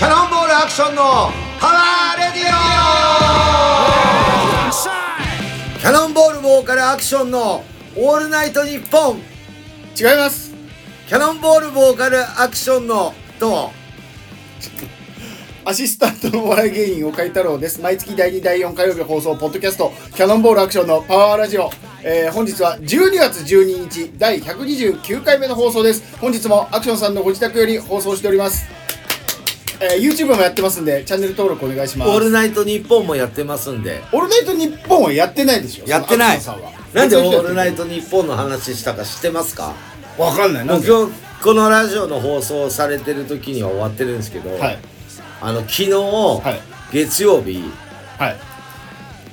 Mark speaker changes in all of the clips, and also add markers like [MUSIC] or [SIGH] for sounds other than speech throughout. Speaker 1: クションのパワーレディオキャノンボールボーカルアクションのオールナイトニッポン
Speaker 2: 違います
Speaker 1: キャノンボールボーカルアクションのと
Speaker 2: アシスタントのお笑い芸人岡井太郎です毎月第2第4火曜日放送ポッドキャストキャノンボールアクションのパワーラジオ、えー本日は12月12日第129回目の放送です本日もアクションさんのご自宅より放送しております、えー YouTube もやってますんでチャンネル登録お願いします
Speaker 1: オールナイトニッポンもやってますんで
Speaker 2: オールナイトニッポンはやってないでしょ
Speaker 1: やってない
Speaker 2: そのアクションさんは
Speaker 1: なんでオールナイトニッポンの話したか知ってますか
Speaker 2: わかんない
Speaker 1: も
Speaker 2: な
Speaker 1: うん
Speaker 2: で
Speaker 1: 今日このラジオの放送されてる時には終わってるんですけど、
Speaker 2: はい
Speaker 1: あの昨日、
Speaker 2: い
Speaker 1: 月曜日
Speaker 2: はい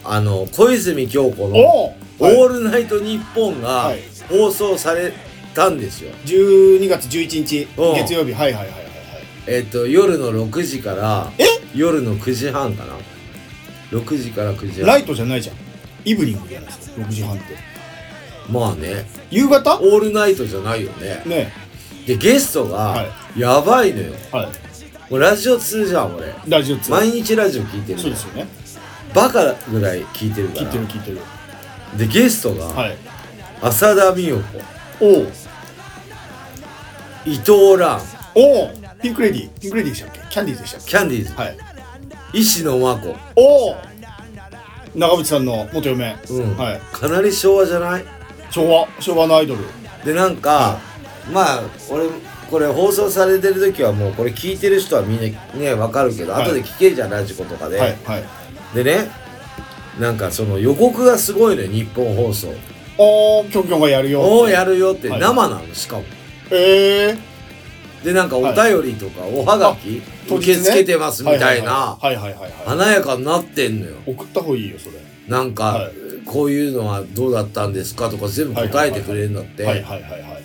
Speaker 1: あの小泉今日子の
Speaker 2: お
Speaker 1: 「
Speaker 2: お
Speaker 1: オ
Speaker 2: はい
Speaker 1: ールナイトニッポン」が
Speaker 2: はい
Speaker 1: 放送されたんですよ、
Speaker 2: 12月11日
Speaker 1: おう
Speaker 2: 月曜日はいはいはいはいはい
Speaker 1: えっと夜の6時から
Speaker 2: え
Speaker 1: 夜の9時半かな6時から9時
Speaker 2: ラ
Speaker 1: 半
Speaker 2: イトじゃないじゃんイブニングじゃないですか6時半って
Speaker 1: まあね
Speaker 2: 夕方
Speaker 1: オールナイトじゃないよね
Speaker 2: ね
Speaker 1: でゲストが
Speaker 2: は
Speaker 1: やばいのよ、
Speaker 2: は
Speaker 1: もうラジオ通じゃん俺
Speaker 2: いラジオ通
Speaker 1: 毎日ラジオ聞いてる
Speaker 2: そうですよね
Speaker 1: バカぐらい聞いてるから
Speaker 2: 聞いてる聞いてる
Speaker 1: でゲストが、
Speaker 2: はい
Speaker 1: 浅田美代子
Speaker 2: おう
Speaker 1: 伊藤蘭
Speaker 2: おうピンクレディーピンクレディーでしたっけキャンディーズでしたっ
Speaker 1: キャンディーズ、
Speaker 2: けはい
Speaker 1: 石野真子
Speaker 2: おう長渕さんの元嫁、
Speaker 1: うん
Speaker 2: はい
Speaker 1: かなり昭和じゃない
Speaker 2: 昭和昭和のアイドル
Speaker 1: でなんか、まあ俺これ放送されてる時はもうこれ聞いてる人はみんなねわかるけど、
Speaker 2: はい
Speaker 1: 後で聞けるじゃんラジコとかで、
Speaker 2: はいはい
Speaker 1: でねなんかその予告がすごいのよ日本放送
Speaker 2: おおキョンキョンがやるよ
Speaker 1: をやるよって
Speaker 2: はい
Speaker 1: 生なのしかも
Speaker 2: ええ
Speaker 1: でなんかお便りとかおはがき
Speaker 2: 当
Speaker 1: 受け
Speaker 2: 日ね
Speaker 1: 付けてますみたいな
Speaker 2: はいはいはいはいはいはい
Speaker 1: 華やかになってんのよ
Speaker 2: 送った方がいいよそれ
Speaker 1: なんか、
Speaker 2: はい
Speaker 1: こういうのはどうだったんですかとか全部答えてくれるんだって、
Speaker 2: はいはいはいはい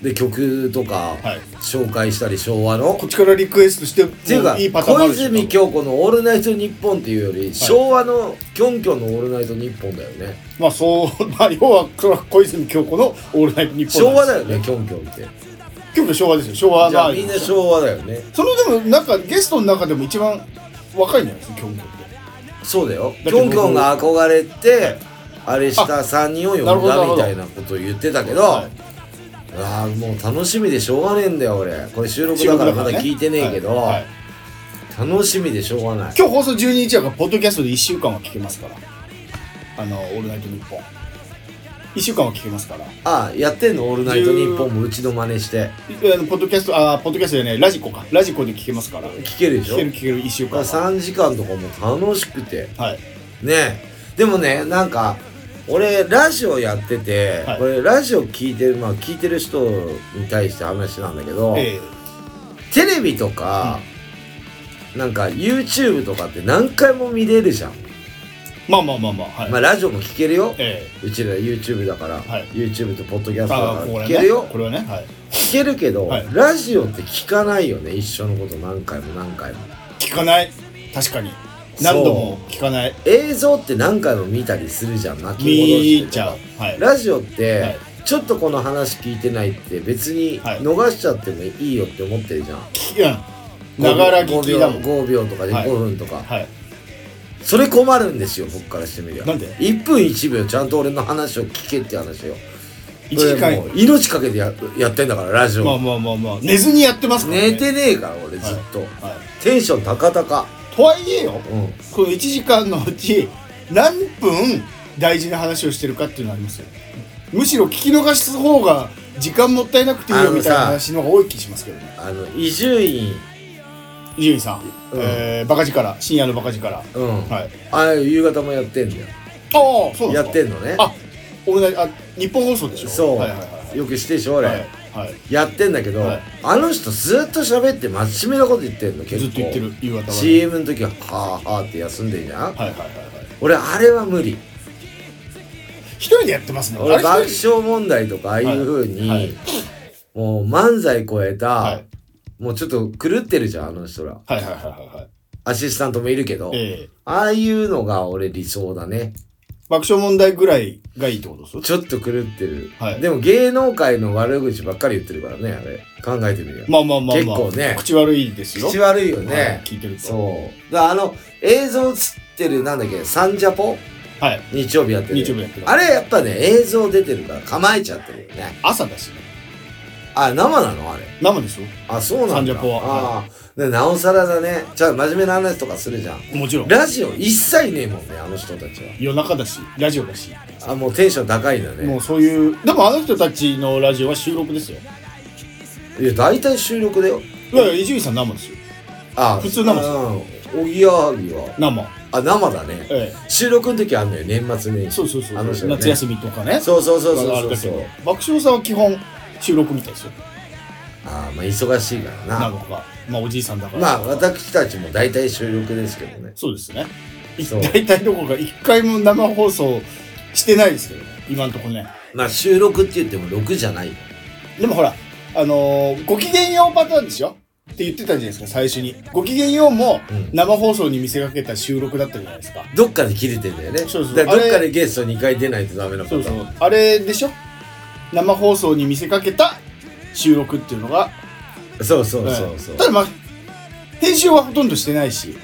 Speaker 1: で曲とか
Speaker 2: はい
Speaker 1: 紹介したり昭和の、
Speaker 2: こっちからリクエストして
Speaker 1: っ
Speaker 2: も
Speaker 1: ていうか
Speaker 2: いいパターンもあ
Speaker 1: 小
Speaker 2: るし
Speaker 1: 泉今日子の「オールナイトニッポン」っていうより、昭和のキョンキョンの「オールナイトニッポン」だよね
Speaker 2: まあそう、まあ要はそれは小泉今日子のオールナイト日本
Speaker 1: 昭和だよねキョンキョンって
Speaker 2: 今日の昭和ですよ。昭和
Speaker 1: じゃ
Speaker 2: な
Speaker 1: あみんな昭和だよね
Speaker 2: そのでもなんかゲストの中でも一番若いんじゃないですか今日のって。
Speaker 1: そうだよ
Speaker 2: だ
Speaker 1: キ
Speaker 2: って僕
Speaker 1: ョンキョンが憧れてあれした3人を呼ん
Speaker 2: なるほどなる
Speaker 1: だ
Speaker 2: ほ
Speaker 1: み
Speaker 2: ど
Speaker 1: たいなことを言ってたけど、
Speaker 2: はい
Speaker 1: ああもう楽しみでしょうがねえんだよ俺これ収録だからまだ聞いてねえけど、
Speaker 2: はいはい
Speaker 1: 楽しみでしょうがない
Speaker 2: 今日放送12日やからポッドキャストで1週間は聞けますから。あのオールナイト日本。1週間は聞けますから。
Speaker 1: ああやってんの「オールナイトニッポン」もうちの真似して
Speaker 2: いあのポッドキャストあーポッドキャストじゃないラジコかラジコで聞けますから。聞
Speaker 1: 聞けるでしょ
Speaker 2: ける聞ける1週間は。
Speaker 1: 3時間とかも楽しくて
Speaker 2: はい
Speaker 1: ねえでもねなんか俺ラジオやってて、
Speaker 2: はい
Speaker 1: これラジオ聞いてるまあ聞いてる人に対して話なんだけど、
Speaker 2: ええ
Speaker 1: テレビとか、なんか YouTube とかって何回も見れるじゃん、
Speaker 2: まあまあまあまあはい。
Speaker 1: まあラジオも聞けるよ、
Speaker 2: え
Speaker 1: うちら YouTube だから、
Speaker 2: はい
Speaker 1: YouTube とポッドキャ
Speaker 2: え
Speaker 1: ストだ
Speaker 2: あ
Speaker 1: から
Speaker 2: ーこれ
Speaker 1: 聞
Speaker 2: ね
Speaker 1: けるよ
Speaker 2: これはねはい。
Speaker 1: 聞けるけど、
Speaker 2: はい
Speaker 1: ラジオって聞かないよね一緒のこと何回も何回も
Speaker 2: 聞かない確かに何度も聞かない
Speaker 1: 映像って何回も見たりするじゃん泣き戻し
Speaker 2: 見
Speaker 1: て
Speaker 2: ちゃうはい
Speaker 1: ラジオって、
Speaker 2: はい
Speaker 1: ちょっとこの話聞いてないって別に
Speaker 2: はい
Speaker 1: 逃しちゃってもいいよって思ってるじゃん
Speaker 2: 聞きうんながら聞きだもん
Speaker 1: 5秒 ,5 秒とかで
Speaker 2: はい
Speaker 1: 5分とか、
Speaker 2: はい
Speaker 1: それ困るんですよ僕からしてみりゃ
Speaker 2: なんで
Speaker 1: 1分1秒ちゃんと俺の話を聞けって話よ
Speaker 2: 1時
Speaker 1: これも
Speaker 2: 間
Speaker 1: う命かけてややってんだからラジオ、
Speaker 2: まあまあまあまあ寝ずにやってますからね
Speaker 1: 寝てねえから俺ずっと、
Speaker 2: は
Speaker 1: テンション高々
Speaker 2: いとはいえよ
Speaker 1: うん
Speaker 2: この1時間のうち何分大事な話をしてるかっていうのありますよむしろ聞き逃す方が時間もったいなくていいよみたいな
Speaker 1: あの
Speaker 2: 話の方が多い気しますけどね
Speaker 1: あの伊集院
Speaker 2: 伊集院さん
Speaker 1: うん
Speaker 2: えーバカ力深夜のバカ力はい
Speaker 1: うん、
Speaker 2: あ
Speaker 1: ああ夕方もやってんだよ
Speaker 2: あそうな
Speaker 1: や
Speaker 2: んですか
Speaker 1: ってんのね
Speaker 2: あ俺なあ日本放送でしょ
Speaker 1: そう、
Speaker 2: はいはいはい
Speaker 1: よくしてしょ俺、
Speaker 2: はいはい、
Speaker 1: やってんだけど、
Speaker 2: はい
Speaker 1: あの人ずっと喋って真面目なこと言ってんの結構
Speaker 2: ずっと言ってる夕方は、
Speaker 1: CM の時は「はあはあ」って休んでんじゃん
Speaker 2: はいはいはいはい
Speaker 1: 俺あれは無理
Speaker 2: 一人でやってますね
Speaker 1: 俺
Speaker 2: あれ
Speaker 1: 爆
Speaker 2: 一人
Speaker 1: 笑問題とかああいうふうに、
Speaker 2: はいはい
Speaker 1: もう漫才超えた、
Speaker 2: はい
Speaker 1: もうちょっと狂ってるじゃんあの人ら
Speaker 2: はいはいはいはいはい
Speaker 1: アシスタントもいるけど、
Speaker 2: ええ
Speaker 1: ああいうのが俺理想だね
Speaker 2: 爆笑問題ぐらいがいいってことです
Speaker 1: ちょっと狂ってる、
Speaker 2: はい
Speaker 1: でも芸能界の悪口ばっかり言ってるからねあれ考えてみるよ、
Speaker 2: まあまあまあ、まあ、
Speaker 1: 結構ね
Speaker 2: 口悪いですよ。
Speaker 1: 口悪いよ
Speaker 2: はい
Speaker 1: ね、
Speaker 2: 聞いてると。
Speaker 1: そうだからあの映像映ってるなんだっけサンジャポ
Speaker 2: はい。
Speaker 1: 日曜日やってる
Speaker 2: 日曜日やってる
Speaker 1: あれやっぱね映像出てるから構えちゃってるよね
Speaker 2: 朝だしね。
Speaker 1: あ生なのあれ
Speaker 2: 生でし
Speaker 1: あそうなんだ
Speaker 2: サンジャポは
Speaker 1: ああでなおさらだねじゃあ真面目な話とかするじゃん
Speaker 2: ょもちろん。
Speaker 1: ラジオ一切ねえもんねあの人たちは
Speaker 2: 夜中だし、ラジオだし。
Speaker 1: あもうテンション高いんだ
Speaker 2: も
Speaker 1: ね
Speaker 2: うそういう、でもあの人たちのラジオは収録ですよ。
Speaker 1: いや大体収録だよ
Speaker 2: いやいや、伊集院さん生ですよ。
Speaker 1: あ
Speaker 2: 普通生です
Speaker 1: うんおぎやはぎは
Speaker 2: 生。
Speaker 1: あ生だね
Speaker 2: え
Speaker 1: 収録の時あんのよ年末
Speaker 2: え。
Speaker 1: 年始
Speaker 2: そうそうそう。
Speaker 1: あの人ね
Speaker 2: 夏休みとかね。
Speaker 1: そうそうそうそう
Speaker 2: あれ
Speaker 1: そう
Speaker 2: だけ
Speaker 1: そう
Speaker 2: ど。爆笑さんは基本収録みたいですよ。
Speaker 1: ああまあ忙しいからな
Speaker 2: なのか。まあおじいさんだから。
Speaker 1: まあ私たちも大体収録ですけどね
Speaker 2: そうですね。
Speaker 1: そう
Speaker 2: 大体どころか一回も生放送してないですけどね。今のところね。
Speaker 1: まあ収録って言っても6じゃない
Speaker 2: でもほら、あのーごきげんようパターンでしょって言ってたじゃないですか、最初に。ごきげんようも
Speaker 1: うん
Speaker 2: 生放送に見せかけた収録だったじゃないですか。
Speaker 1: どっかで切れてんだよね
Speaker 2: そうそう
Speaker 1: だからどっ
Speaker 2: あ
Speaker 1: か
Speaker 2: れ
Speaker 1: でゲスト2回出ないとダメなこと
Speaker 2: そうそう。あれでしょ生放送に見せかけた収録っていうのが。
Speaker 1: そうそうそうそう、
Speaker 2: はいただまあ、編集はほとんどしてないし、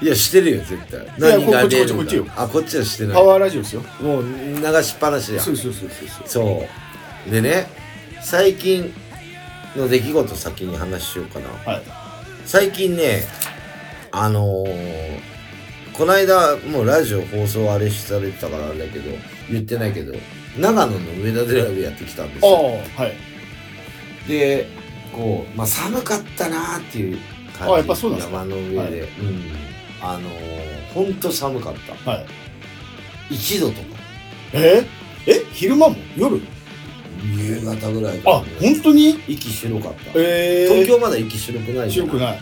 Speaker 1: いやしてるよ絶対
Speaker 2: いや
Speaker 1: 何が出る
Speaker 2: こ
Speaker 1: ん
Speaker 2: っちこっちこっちよ
Speaker 1: だあこっちはしてな
Speaker 2: パ
Speaker 1: い
Speaker 2: ワーラジオですよ。
Speaker 1: もう流しっぱなしや
Speaker 2: そうそうそうそうそう。
Speaker 1: そうでね最近の出来事先に話しようかな
Speaker 2: はい。
Speaker 1: 最近ねあのー、この間もうラジオ放送あれされてたからあれだけど言ってないけど長野の上田でライブやってきたんです
Speaker 2: ああ、
Speaker 1: よ
Speaker 2: はい。
Speaker 1: でこう、まあ、寒かったなーっていう感じ
Speaker 2: あやっぱそうなんですか
Speaker 1: 山の上で、
Speaker 2: はい
Speaker 1: うんあのー、ほんと寒かった
Speaker 2: はい。
Speaker 1: 1度とか
Speaker 2: ええ昼間も夜
Speaker 1: 夕方ぐらいか
Speaker 2: あ
Speaker 1: ら、ね、
Speaker 2: 本当に
Speaker 1: 息白かった、
Speaker 2: え
Speaker 1: 東京まだ息白くないじゃ
Speaker 2: 白
Speaker 1: ん
Speaker 2: くない。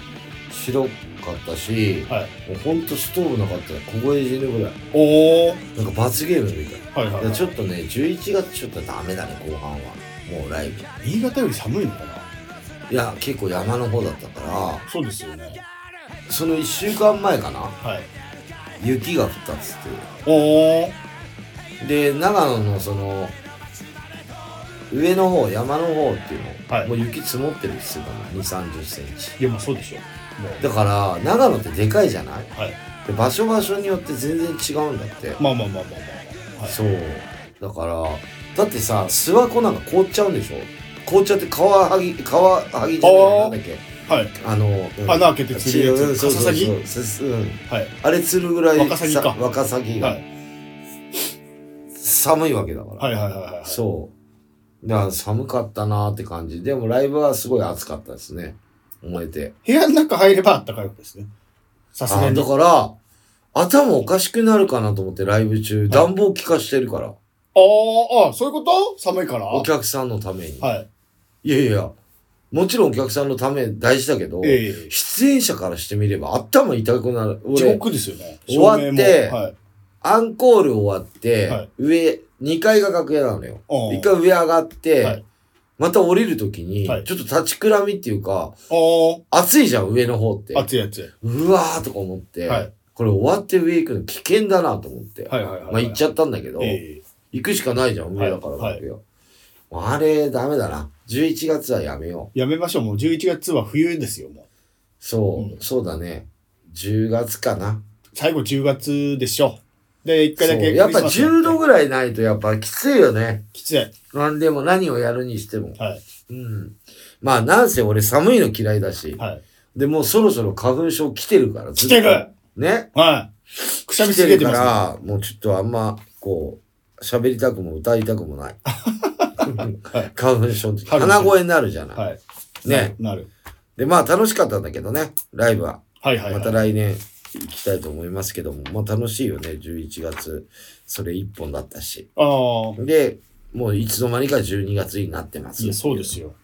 Speaker 1: 白かったし、
Speaker 2: は
Speaker 1: もうほんとストーブなかったら凍え死ぬぐらい
Speaker 2: おー。
Speaker 1: なんか罰ゲームみたい
Speaker 2: はいはい、
Speaker 1: な
Speaker 2: はい
Speaker 1: やちょっとね11月ちょっとダメだね後半はもうライブ
Speaker 2: 新潟より寒いのかない
Speaker 1: や結構山の方だったから
Speaker 2: そうですよね。
Speaker 1: その1週間前かな
Speaker 2: はい。
Speaker 1: 雪が降ったっつっ
Speaker 2: おー。
Speaker 1: てで長野のその上の方山の方っていうの、
Speaker 2: はい
Speaker 1: もう雪積もってるっつってたの2 3 0センチ
Speaker 2: いや、まあそうでしょ。も。
Speaker 1: だから長野ってでかいじゃないう
Speaker 2: はい。
Speaker 1: で場所場所によって全然違うんだって
Speaker 2: まあまあまあまあまあ。はい。
Speaker 1: そうだからだってさ諏訪湖なんか凍っちゃうんでしょ凍っちゃって川はぎ川はぎじゃない
Speaker 2: あー
Speaker 1: なんだっけ
Speaker 2: はい。
Speaker 1: あの、うん
Speaker 2: 穴開けて釣るや
Speaker 1: 違うう
Speaker 2: つ。
Speaker 1: んそう
Speaker 2: カサ
Speaker 1: そ
Speaker 2: サ
Speaker 1: う
Speaker 2: ギ
Speaker 1: そうすすうん
Speaker 2: はい。
Speaker 1: あれ釣るぐらい
Speaker 2: ワカサギか
Speaker 1: さワカサギが、
Speaker 2: はい。
Speaker 1: 寒いわけだから、
Speaker 2: はいはいはいはい。
Speaker 1: そうだから寒かったなーって感じでもライブはすごい暑かったですね燃えて
Speaker 2: 部屋の中入ればあったかいわけですね。さす
Speaker 1: あ
Speaker 2: が
Speaker 1: だ
Speaker 2: に。
Speaker 1: から頭おかしくなるかなと思ってライブ中、暖房効かしてるから
Speaker 2: あーあー、そういうこと寒いから
Speaker 1: お客さんのために、
Speaker 2: はい。
Speaker 1: いやいや、もちろんお客さんのため大事だけど、
Speaker 2: ええ
Speaker 1: 出演者からしてみれば頭痛くなる。
Speaker 2: 地
Speaker 1: 俺、
Speaker 2: 獄ですよね。
Speaker 1: 終わって
Speaker 2: 照明もはい。
Speaker 1: アンコール終わって、
Speaker 2: はい
Speaker 1: 上、2階が楽屋なのよ。
Speaker 2: おー
Speaker 1: 一回上上がって、
Speaker 2: はい
Speaker 1: また降りるときに、
Speaker 2: はい
Speaker 1: ちょっと立ちくらみっていうか、
Speaker 2: おー。
Speaker 1: 暑いじゃん、上の方って。
Speaker 2: 熱い熱い。
Speaker 1: うわーとか思って、
Speaker 2: はい
Speaker 1: これ終わって上行くの危険だなと思って。
Speaker 2: はいはいはい。
Speaker 1: まあ行っち
Speaker 2: ゃ
Speaker 1: ゃったんだけど、
Speaker 2: え
Speaker 1: 行くしかないじゃん、上だから
Speaker 2: はい
Speaker 1: 楽屋。もうあれ、ダメだな。11月はやめよう。
Speaker 2: えやめましょう。もう11月は冬ですよ、もう。
Speaker 1: そう、
Speaker 2: うん
Speaker 1: そうだね。10月かな。
Speaker 2: 最後10月でしょ。で、一回だ
Speaker 1: そう
Speaker 2: け
Speaker 1: やっぱ
Speaker 2: クリスマス
Speaker 1: 10度ぐらいないとやっぱきついよね。
Speaker 2: きつい。
Speaker 1: 何でも何をやるにしても。
Speaker 2: はい。
Speaker 1: うん。まあなんせ俺寒いの嫌いだし。
Speaker 2: はい。
Speaker 1: で、もうそろそろ花粉症来てるから。ず
Speaker 2: 来
Speaker 1: っと
Speaker 2: てる
Speaker 1: ね。
Speaker 2: はい。くしゃみ
Speaker 1: 来
Speaker 2: す
Speaker 1: て
Speaker 2: げ
Speaker 1: る
Speaker 2: て
Speaker 1: か
Speaker 2: ます、ね。
Speaker 1: ら、もうちょっとあんま、こう、喋りたくも歌いたくもない。花粉症の時。
Speaker 2: 花粉症
Speaker 1: 鼻声になるじゃない。
Speaker 2: はい。
Speaker 1: ね。
Speaker 2: なる。
Speaker 1: で、まあ楽しかったんだけどね。ライブは。
Speaker 2: はいはい、
Speaker 1: ま
Speaker 2: はい。
Speaker 1: た来年行きたいと思いますけども、まあ楽しいよね、11月。それ一本だったし。
Speaker 2: ああ。
Speaker 1: で、もういつの間にか12月になってます。
Speaker 2: いや、そうですよ。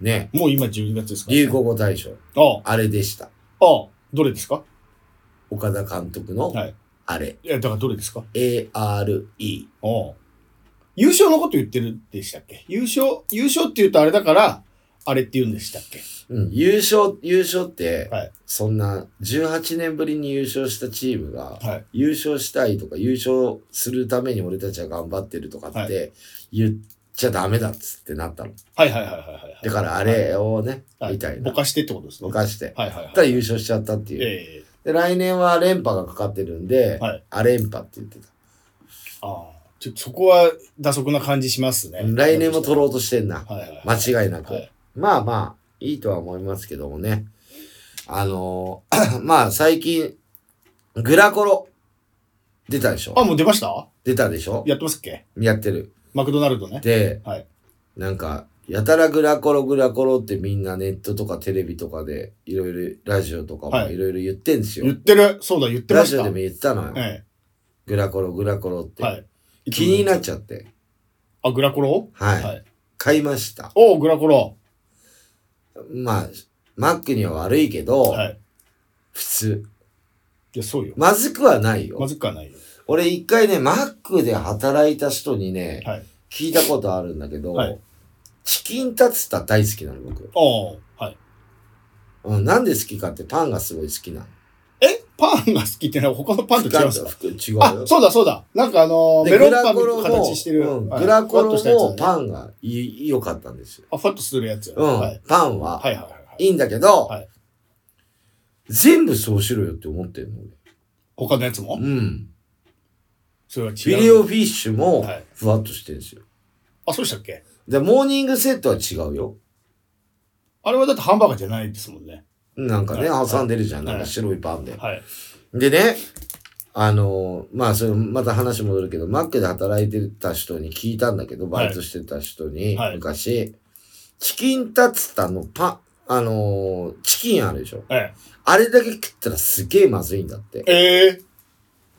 Speaker 1: ね。
Speaker 2: もう今12月ですから、
Speaker 1: 流行語大賞、
Speaker 2: あ
Speaker 1: あれでした。
Speaker 2: あ。ああ。どれですか
Speaker 1: 岡田監督の
Speaker 2: はい。
Speaker 1: あれ、
Speaker 2: いや、だからどれですかあ
Speaker 1: ARE。
Speaker 2: あ。優勝のこと言ってるでしたっけ優勝、優勝って言うとあれだから、あれって言うんでしたっけ
Speaker 1: うん、優勝、優勝って、
Speaker 2: はい
Speaker 1: そんな18年ぶりに優勝したチームが、
Speaker 2: はい
Speaker 1: 優勝したいとか優勝するために俺たちは頑張ってるとか
Speaker 2: は
Speaker 1: って言っちゃダメだっつってなったの。
Speaker 2: はいはいはいはいはいはい
Speaker 1: だからあれをね、
Speaker 2: はい
Speaker 1: みたいな
Speaker 2: ぼ。かしてってことですね
Speaker 1: ぼかして。
Speaker 2: はいはいはい
Speaker 1: たら優勝しちゃったっていう。
Speaker 2: ええ
Speaker 1: で、来年は連覇がかかってるんで、
Speaker 2: はい
Speaker 1: あ、連覇って言ってた。
Speaker 2: ああちょそこは打足な感じしますね
Speaker 1: 来年も取ろうとしてんな。
Speaker 2: はいはいはい
Speaker 1: 間違いなく。
Speaker 2: はい
Speaker 1: まあまあ、いいとは思いますけどもね。あのー [CLEARS THROAT] まあ最近、グラコロ、出たでしょ
Speaker 2: あもう出ました
Speaker 1: 出たでしょ
Speaker 2: やってますっけ
Speaker 1: やってる。
Speaker 2: マクドナルドね
Speaker 1: で、
Speaker 2: はい
Speaker 1: なんか、やたらグラコログラコロってみんなネットとかテレビとかで、いろいろ、ラジオとかも
Speaker 2: はい
Speaker 1: いろいろ言ってんですよ。
Speaker 2: 言ってるそうだ言ってま
Speaker 1: ラ
Speaker 2: し
Speaker 1: ジ
Speaker 2: た
Speaker 1: オでも言ったのよ。
Speaker 2: え
Speaker 1: グラコログラコロっ
Speaker 2: え
Speaker 1: て。
Speaker 2: はい
Speaker 1: 気になっ
Speaker 2: ち
Speaker 1: ちゃって。
Speaker 2: ゃうあグラコロ
Speaker 1: はい。
Speaker 2: はい
Speaker 1: 買いました。
Speaker 2: おおグラコロ
Speaker 1: まあ、マックには悪いけど、
Speaker 2: はい
Speaker 1: 普通。
Speaker 2: いやそうよ
Speaker 1: まずくはないよ。
Speaker 2: まずくはないよ
Speaker 1: 俺一回ね、マックで働いた人にね、
Speaker 2: はい
Speaker 1: 聞いたことあるんだけど、
Speaker 2: はい
Speaker 1: チキンタツタ大好きなの僕、
Speaker 2: おおはい
Speaker 1: うん。なんで好きかってパンがすごい好きなの。
Speaker 2: えパンが好きってのは他のパンと違うんですか
Speaker 1: 違う
Speaker 2: あ
Speaker 1: よ。
Speaker 2: そうだそうだなんかあのー
Speaker 1: で
Speaker 2: メロン
Speaker 1: グ
Speaker 2: パ
Speaker 1: ラ
Speaker 2: ンみ
Speaker 1: コ
Speaker 2: たい
Speaker 1: ロ
Speaker 2: な
Speaker 1: も
Speaker 2: 形してる
Speaker 1: うん
Speaker 2: はい
Speaker 1: グラコ
Speaker 2: ふわっとしたや
Speaker 1: ロも
Speaker 2: つだね
Speaker 1: パンがいい良かったんですよ。
Speaker 2: あふわっとするやつや
Speaker 1: うん、
Speaker 2: はい
Speaker 1: パンは、
Speaker 2: はいはいはいはい
Speaker 1: い、いんだけど、
Speaker 2: はい
Speaker 1: 全部そうしろよって思ってるの
Speaker 2: 他のやつも
Speaker 1: 俺。うん。
Speaker 2: それは違う
Speaker 1: ビレオフィッシュも
Speaker 2: はい
Speaker 1: ふわっとしてるんですよ。
Speaker 2: あそうでしたっけ
Speaker 1: で、モーニングセットは違うよ。
Speaker 2: あれはだってハンバーガーじゃないですもんね
Speaker 1: なんかね、
Speaker 2: はい
Speaker 1: 挟んでるじゃん。なん
Speaker 2: は
Speaker 1: か
Speaker 2: い
Speaker 1: 白いパンで。
Speaker 2: はい
Speaker 1: でね、あのまあ、それ、また話戻るけど、マックで働いてた人に聞いたんだけど、
Speaker 2: はい
Speaker 1: バイトしてた人に、
Speaker 2: はい
Speaker 1: 昔、チキンタツタのパン、あのーチキンあるでしょ
Speaker 2: え
Speaker 1: あれだけ食ったらすげえまずいんだって。
Speaker 2: えええ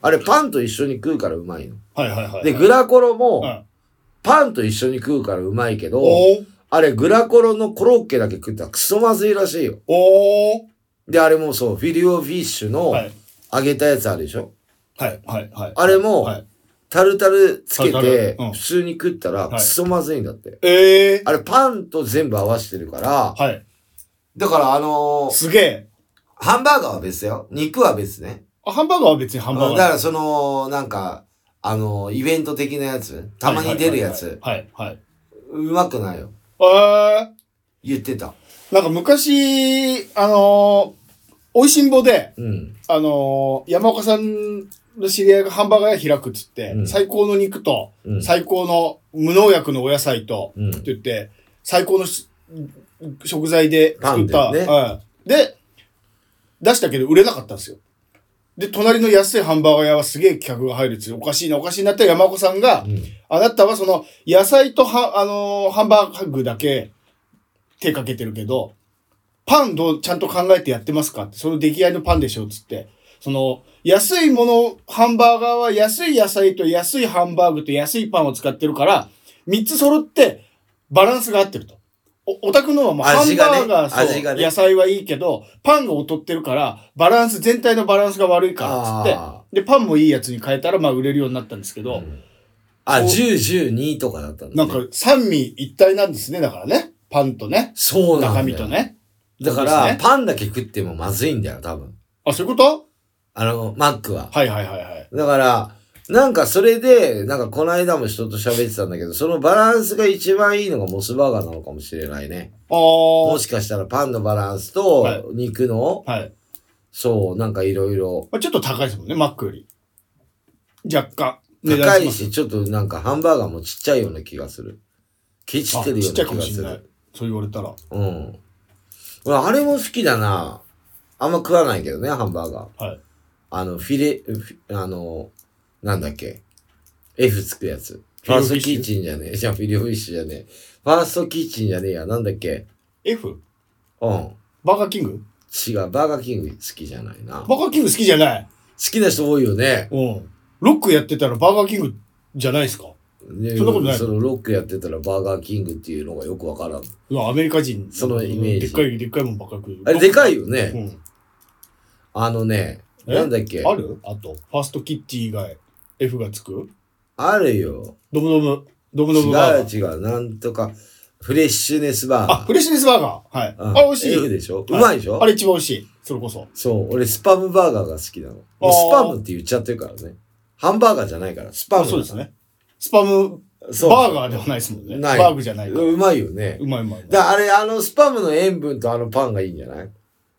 Speaker 1: あれパンと一緒に食うからうまいの。
Speaker 2: はいはいはい
Speaker 1: で、グラコロ
Speaker 2: う
Speaker 1: も
Speaker 2: ん、
Speaker 1: パンと一緒に食うからうまいけど、
Speaker 2: おー
Speaker 1: あれグラコロのコロッケだけ食ったらクソまずいらしいよ。
Speaker 2: おー
Speaker 1: で、あれもそう、フィリオフィッシュの
Speaker 2: はい
Speaker 1: 揚げたやつあるでしょ、
Speaker 2: はいはいはい
Speaker 1: あれも
Speaker 2: はい
Speaker 1: タルタルつけ
Speaker 2: タル
Speaker 1: て
Speaker 2: タルうん、
Speaker 1: 普通に食ったら、
Speaker 2: はい
Speaker 1: クソまずいんだって。
Speaker 2: ええ
Speaker 1: あれ、パンと全部合わせてるから、
Speaker 2: はい
Speaker 1: だから、あのー
Speaker 2: すげえ
Speaker 1: ハンバーガーは別だよ。肉は別ね。
Speaker 2: あハンバーガーは別にハ
Speaker 1: だ
Speaker 2: ンバー
Speaker 1: か
Speaker 2: ガー
Speaker 1: ら、その、なんか、あのーイベント的なやつ、たまに出るやつ、
Speaker 2: はいはい
Speaker 1: うまくないよ。
Speaker 2: はいえ
Speaker 1: 言ってた。
Speaker 2: ー、なんか昔あのー、美味しんぼで
Speaker 1: うん。
Speaker 2: あのー、山岡さんの知り合いがハンバーガー屋開くっつって、
Speaker 1: うん
Speaker 2: 最高の肉と、
Speaker 1: うん。
Speaker 2: 最高の無農薬のお野菜と、
Speaker 1: うん
Speaker 2: って言って、最高のし食材で作っ
Speaker 1: パ
Speaker 2: た、
Speaker 1: ンだ
Speaker 2: うんで、出したけど売れなかったんですよ。で、隣の安いハンバーガー屋はすげえ客が入るっつって、おかしいな、おかしいなって山岡さんが、
Speaker 1: うん
Speaker 2: あなたはその野菜とは、あのーハンバーグだけ手かけてるけど、パンどうちゃんと考えてやってますかって、その出来合いのパンでしょっつって。その、安いもの、ハンバーガーは安い野菜と安いハンバーグと安いパンを使ってるから、三つ揃ってバランスが合ってると。お、お宅のはもうハ
Speaker 1: 味
Speaker 2: ン
Speaker 1: がね
Speaker 2: バーガー、そう
Speaker 1: 味がね
Speaker 2: 野菜はいいけど、パンが劣ってるから、バランス、全体のバランスが悪いから、つって。
Speaker 1: あ
Speaker 2: で、パンもいいやつに変えたら、まあ売れるようになったんですけ
Speaker 1: ー
Speaker 2: ど、
Speaker 1: うんあ、10、12とかだったんだ、
Speaker 2: なん
Speaker 1: ね。
Speaker 2: か三味一体なんですね、だからね。パンとね、
Speaker 1: そうなんだ
Speaker 2: 中
Speaker 1: よ
Speaker 2: 身と。ね。
Speaker 1: だか
Speaker 2: そうで
Speaker 1: ら、
Speaker 2: すね
Speaker 1: パンだけ食ってもまずいんだよ、多分。
Speaker 2: あ、そういうこと
Speaker 1: あの、マックは。
Speaker 2: はいはいはいはい。
Speaker 1: だから、なんかそれで、なんかこの間も人と喋ってたんだけど、そのバランスが一番いいのがモスバーガーなのかもしれないね。
Speaker 2: あ
Speaker 1: も
Speaker 2: ー。
Speaker 1: しかしたらパンのバランス
Speaker 2: はい
Speaker 1: と肉の、
Speaker 2: はい。
Speaker 1: そう、なんかいろいろ
Speaker 2: まあ、ちょっと高いですもんね、マックより。若干。値段
Speaker 1: 高い
Speaker 2: し
Speaker 1: し、ちょっとなんかハンバーガーもちっちゃいような気がする。ケチ
Speaker 2: ま
Speaker 1: っ
Speaker 2: す
Speaker 1: てるよ
Speaker 2: あち
Speaker 1: う
Speaker 2: っちゃ
Speaker 1: ない
Speaker 2: か
Speaker 1: 気
Speaker 2: も
Speaker 1: が
Speaker 2: し
Speaker 1: す
Speaker 2: れない
Speaker 1: る。。
Speaker 2: そう言われたら。
Speaker 1: うん。俺、あれも好きだな。あんま食わないけどね、ハンバーガー。
Speaker 2: はい。
Speaker 1: あの、フィレ、フィあの、なんだっけ。F つくやつ。フ
Speaker 2: フ
Speaker 1: ァー
Speaker 2: ィレオ
Speaker 1: ス
Speaker 2: フ
Speaker 1: ト
Speaker 2: ィッシ
Speaker 1: キ
Speaker 2: ュ
Speaker 1: ッチンじゃねえ。じゃあフィレオフィッシュじゃねえ。ファーストキッチンじゃねえや。なんだっけ。
Speaker 2: F?
Speaker 1: うん。
Speaker 2: バーガーキング
Speaker 1: 違う。バーガーキング好きじゃないな。
Speaker 2: バ
Speaker 1: 好
Speaker 2: ーガーキング好きじゃない。
Speaker 1: きな人多いよね。
Speaker 2: うん。ロックやってたらバーガーキングじゃないですか
Speaker 1: ね
Speaker 2: そんなことない
Speaker 1: そのロックやってたらバーガーキングっていうのがよくわからん。
Speaker 2: うわアメリカ人。
Speaker 1: そのイメージ
Speaker 2: でっかい、でっかいもんばっかり食う。
Speaker 1: あれでかい
Speaker 2: よ。
Speaker 1: よね。
Speaker 2: うん。
Speaker 1: あのね、
Speaker 2: え
Speaker 1: なんだっけ。
Speaker 2: あるあと、ファーストキッチン以外、F がつく
Speaker 1: あるよ。
Speaker 2: ドムドム、ドム
Speaker 1: 違
Speaker 2: ドムバーガ
Speaker 1: う違
Speaker 2: ー。
Speaker 1: う。なんとか。フレッシュネスバー
Speaker 2: あ、
Speaker 1: ガー
Speaker 2: フレッシュネスバーガー。はい。
Speaker 1: うん
Speaker 2: あ、美味しい。
Speaker 1: F でしょうまいでしょ
Speaker 2: はあれ一番美味しい。それこそ。
Speaker 1: そう、俺スパムバーガーが好きなの。も
Speaker 2: あ
Speaker 1: う
Speaker 2: ー
Speaker 1: スパムって言っちゃってるからね。ハンバーガーじゃないから、スパム
Speaker 2: あ、
Speaker 1: だ
Speaker 2: そうです。ね。スパム、
Speaker 1: そう
Speaker 2: バーガーではないですもんね。
Speaker 1: ない
Speaker 2: バーグじゃないから。
Speaker 1: うまいよね。
Speaker 2: うまいうまい。
Speaker 1: だからあれ、あのスパムの塩分とあのパンがいいんじゃない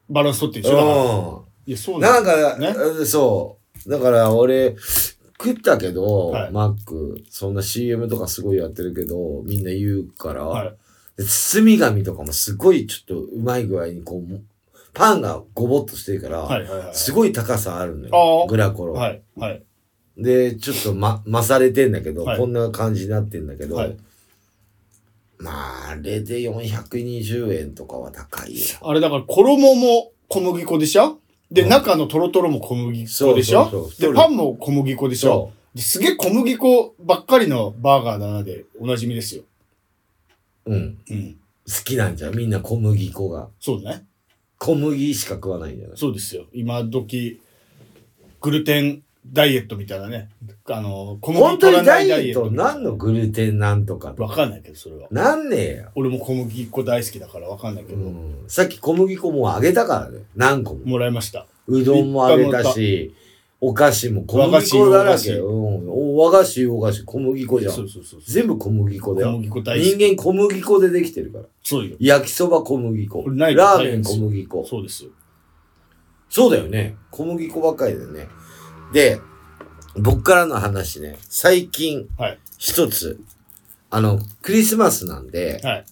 Speaker 2: バランス取ってるでしょだから。
Speaker 1: う。
Speaker 2: いや、そうんだ
Speaker 1: な
Speaker 2: よ
Speaker 1: んか、
Speaker 2: ね
Speaker 1: うんそう。だから俺、食ったけど、
Speaker 2: はい
Speaker 1: マック、そんな CM とかすごいやってるけど、みんな言うから、
Speaker 2: はい
Speaker 1: で包み紙とかもすごいちょっとうまい具合にこう、パンがごぼっとしてるから、
Speaker 2: はいはいはい。
Speaker 1: すごい高さあるの
Speaker 2: あ
Speaker 1: よ
Speaker 2: ー。
Speaker 1: グラコロ。
Speaker 2: はいはい。
Speaker 1: で、ちょっとま、まされてんだけど、
Speaker 2: はい
Speaker 1: こんな感じになってんだけど、
Speaker 2: はい
Speaker 1: まあ、あれで420円とかは高いよ。
Speaker 2: あれだから、衣も小麦粉でしょで、
Speaker 1: うん
Speaker 2: 中のトロトロも小麦粉でし
Speaker 1: そ
Speaker 2: ょ
Speaker 1: うそうそう
Speaker 2: で、パンも小麦粉でしょですげえ小麦粉ばっかりのバーガーだなで、おなじみですよ。
Speaker 1: う。うん。
Speaker 2: うん。
Speaker 1: 好きなんじゃん。みんな小麦粉が。
Speaker 2: そうね。
Speaker 1: 小麦しか食わないんじゃない
Speaker 2: そうですよ。今時、グルテンダイエットみたいなね。あの、小
Speaker 1: 本
Speaker 2: 麦
Speaker 1: 当
Speaker 2: 取ら
Speaker 1: にダ
Speaker 2: ない
Speaker 1: イエ
Speaker 2: ダイ
Speaker 1: ッ
Speaker 2: エット
Speaker 1: ト
Speaker 2: みたいな。
Speaker 1: 何のグルテンなんとか
Speaker 2: わかんないけど、それは。
Speaker 1: なんねえよ。
Speaker 2: 俺も小麦粉大好きだからわかんないけ
Speaker 1: う
Speaker 2: ど、
Speaker 1: ん、さっき小麦粉もあげたからね。何個も。
Speaker 2: もらいました。
Speaker 1: うどんもあげたし、お菓子も小麦粉だらけ。うんお和菓子、お菓子、小麦粉じゃ
Speaker 2: そ
Speaker 1: ん
Speaker 2: う。そうそうそう。
Speaker 1: 全部小麦粉だ
Speaker 2: 小
Speaker 1: よ。
Speaker 2: 麦粉大好き。
Speaker 1: 人間小麦粉でできてるから。
Speaker 2: そうよ。
Speaker 1: 焼きそば小麦粉。
Speaker 2: これ
Speaker 1: ラ
Speaker 2: ないと
Speaker 1: ーメン小麦粉。
Speaker 2: そうですよ。
Speaker 1: そうだよね。小麦粉ばっかりだよね。で、僕からの話ね、最近
Speaker 2: はい、
Speaker 1: 一つ、あの、クリスマスなんで、
Speaker 2: はい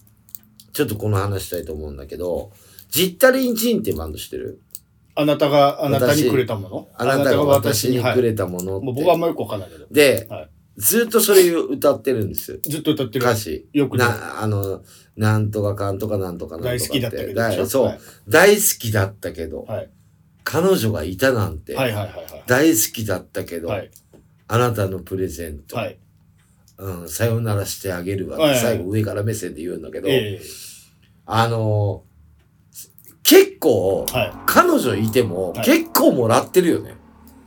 Speaker 1: ちょっとこの話したいと思うんだけど、ジッタリンチンってバンドしてる
Speaker 2: あなたが、あなたに
Speaker 1: 私
Speaker 2: くれたもの
Speaker 1: あなたが私にく
Speaker 2: はい
Speaker 1: れたものって。
Speaker 2: もう僕はあんまよくわかんないけど。
Speaker 1: で、
Speaker 2: はい
Speaker 1: ずっとそれを歌ってるんです。
Speaker 2: ずっと歌ってる
Speaker 1: 歌。詞。
Speaker 2: よくね
Speaker 1: な、あの、なんとかかんとかなんとかなんとか
Speaker 2: 大好きだったけど
Speaker 1: だ
Speaker 2: でしょ。
Speaker 1: そう、
Speaker 2: はい
Speaker 1: 大好きだったけど、
Speaker 2: はい
Speaker 1: 彼女がいたなんて、
Speaker 2: はいはいはい
Speaker 1: 大好きだったけど、
Speaker 2: はい。はい。
Speaker 1: あなたのプレゼント、
Speaker 2: はい。
Speaker 1: うん、さよならしてあげるわ、
Speaker 2: はいはい
Speaker 1: 最後上から目線で言うんだけど、
Speaker 2: ええ
Speaker 1: あのー結構、
Speaker 2: は
Speaker 1: 彼女いても、
Speaker 2: はい
Speaker 1: 結構もらってるよね。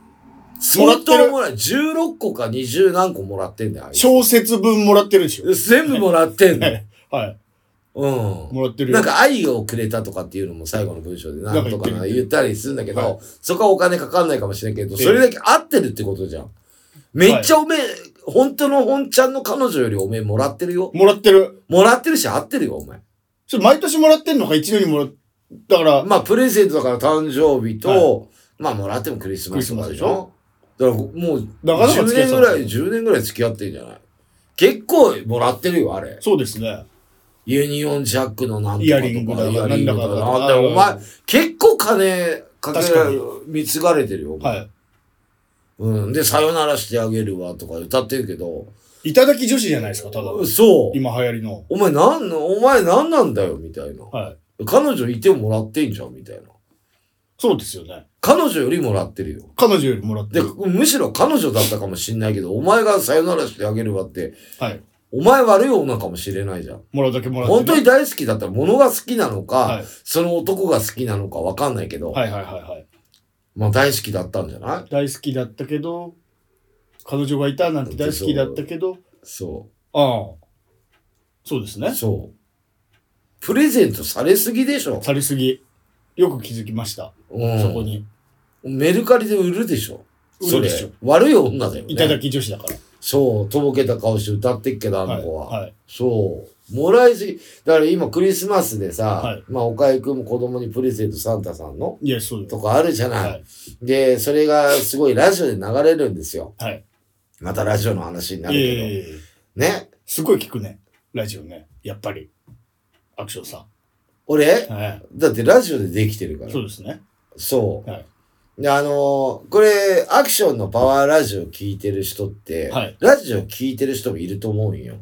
Speaker 1: 相
Speaker 2: もらってる
Speaker 1: 当もらう。16個か20何個もらってんだよあ
Speaker 2: い。
Speaker 1: いつ。
Speaker 2: 小説分もらってるんですよ。
Speaker 1: 全部もらってんの。
Speaker 2: はい。
Speaker 1: うん。
Speaker 2: もらってるよ
Speaker 1: なん、か愛をくれたとかっていうのも最後の文章でなんとか
Speaker 2: なん
Speaker 1: な
Speaker 2: か言ってる
Speaker 1: 言ったりするんだけど、
Speaker 2: はい
Speaker 1: そこはお金かかんないかもしれんけど、
Speaker 2: ええ
Speaker 1: それだけ合ってるってことじゃん。めっちゃおめえ、本当の本ちゃんの彼女よりおめえもらってるよ。
Speaker 2: もらってる。
Speaker 1: もらってるし合ってるよ、お前。
Speaker 2: それ毎年もらってんのか、一年にもらっだから、
Speaker 1: まあ、プレゼントだから誕生日と、まあ、もらってもクリスマスとかでしょだから、もう、
Speaker 2: なかなか
Speaker 1: 10
Speaker 2: 付き合っ
Speaker 1: 年
Speaker 2: てた
Speaker 1: ぐらい、10年ぐらい付き合ってんじゃない結構もらってるよ、あれ。
Speaker 2: そうですね。
Speaker 1: ユニオンジャックのなんとかとか、
Speaker 2: イヤリングだ
Speaker 1: イ
Speaker 2: か
Speaker 1: ヤ
Speaker 2: ら、な
Speaker 1: リン
Speaker 2: ん
Speaker 1: グ
Speaker 2: だ
Speaker 1: だか
Speaker 2: かだ
Speaker 1: なんだよお前、結構金かけ
Speaker 2: 確かに
Speaker 1: 貢がれてるよ。お前
Speaker 2: は
Speaker 1: うん。で、さよならしてあげるわとか歌ってるけど、
Speaker 2: い。いただき女子じゃないですか、ただ。
Speaker 1: そう。
Speaker 2: 今流行りの。
Speaker 1: お前なんの、お前なんなんだよ、みたいな。
Speaker 2: はい。
Speaker 1: 彼女いてもらってんじゃん、みたいな。
Speaker 2: そうですよね。
Speaker 1: 彼女よりもらってるよ。
Speaker 2: 彼女よりもらって
Speaker 1: で、
Speaker 2: る。
Speaker 1: むしろ彼女だったかもしんないけど、お前がさよならしてあげるわって、
Speaker 2: はい。
Speaker 1: お前悪い女かもしれないじゃん。
Speaker 2: もらうだけもらって、ね。
Speaker 1: 本当に大好きだったら、物が好きなのか、
Speaker 2: はい
Speaker 1: その男が好きなのかわかんないけど、
Speaker 2: はいはいはいはい。
Speaker 1: まあ大好きだったんじゃない
Speaker 2: 大好きだったけど、彼女がいたなんて大好きだったけど、
Speaker 1: そ
Speaker 2: ああ。そうです
Speaker 1: う。
Speaker 2: ね。
Speaker 1: そう。プレゼントされすぎでしょ。
Speaker 2: されすぎ。よく気づきました。
Speaker 1: うん。
Speaker 2: そこに。
Speaker 1: メルカリで売るでしょ。
Speaker 2: 売るでし
Speaker 1: そ
Speaker 2: ょ
Speaker 1: れ悪い女だよ、ね。
Speaker 2: いただき女子だか
Speaker 1: そう。とぼけた顔して歌ってっけど、
Speaker 2: ら。
Speaker 1: あ
Speaker 2: は
Speaker 1: の
Speaker 2: い。
Speaker 1: 子は。
Speaker 2: はい。
Speaker 1: そう。もらいすぎ。だから今クリスマスでさ、
Speaker 2: はい
Speaker 1: まあ岡井くんも子供にプレゼントサンタさんの
Speaker 2: いや、そうです。
Speaker 1: とかあるじゃない。
Speaker 2: はい。
Speaker 1: で、それがすごいラジオで流れるんですよ。
Speaker 2: はい。
Speaker 1: またラジオの話になる
Speaker 2: い
Speaker 1: け
Speaker 2: やい
Speaker 1: ど。
Speaker 2: やいやいや
Speaker 1: ね。
Speaker 2: すごい聞くね。ラジオね。やっぱり。アクションさ
Speaker 1: 俺、
Speaker 2: ん。はい。
Speaker 1: だってラジオでできてるから。
Speaker 2: そ
Speaker 1: そう
Speaker 2: ですね。
Speaker 1: う。
Speaker 2: はい。
Speaker 1: で、あのーこれ、アクションのパワーラジオ聞いてる人って、
Speaker 2: はい
Speaker 1: ラジオ聞いてる人もいると思うんよ。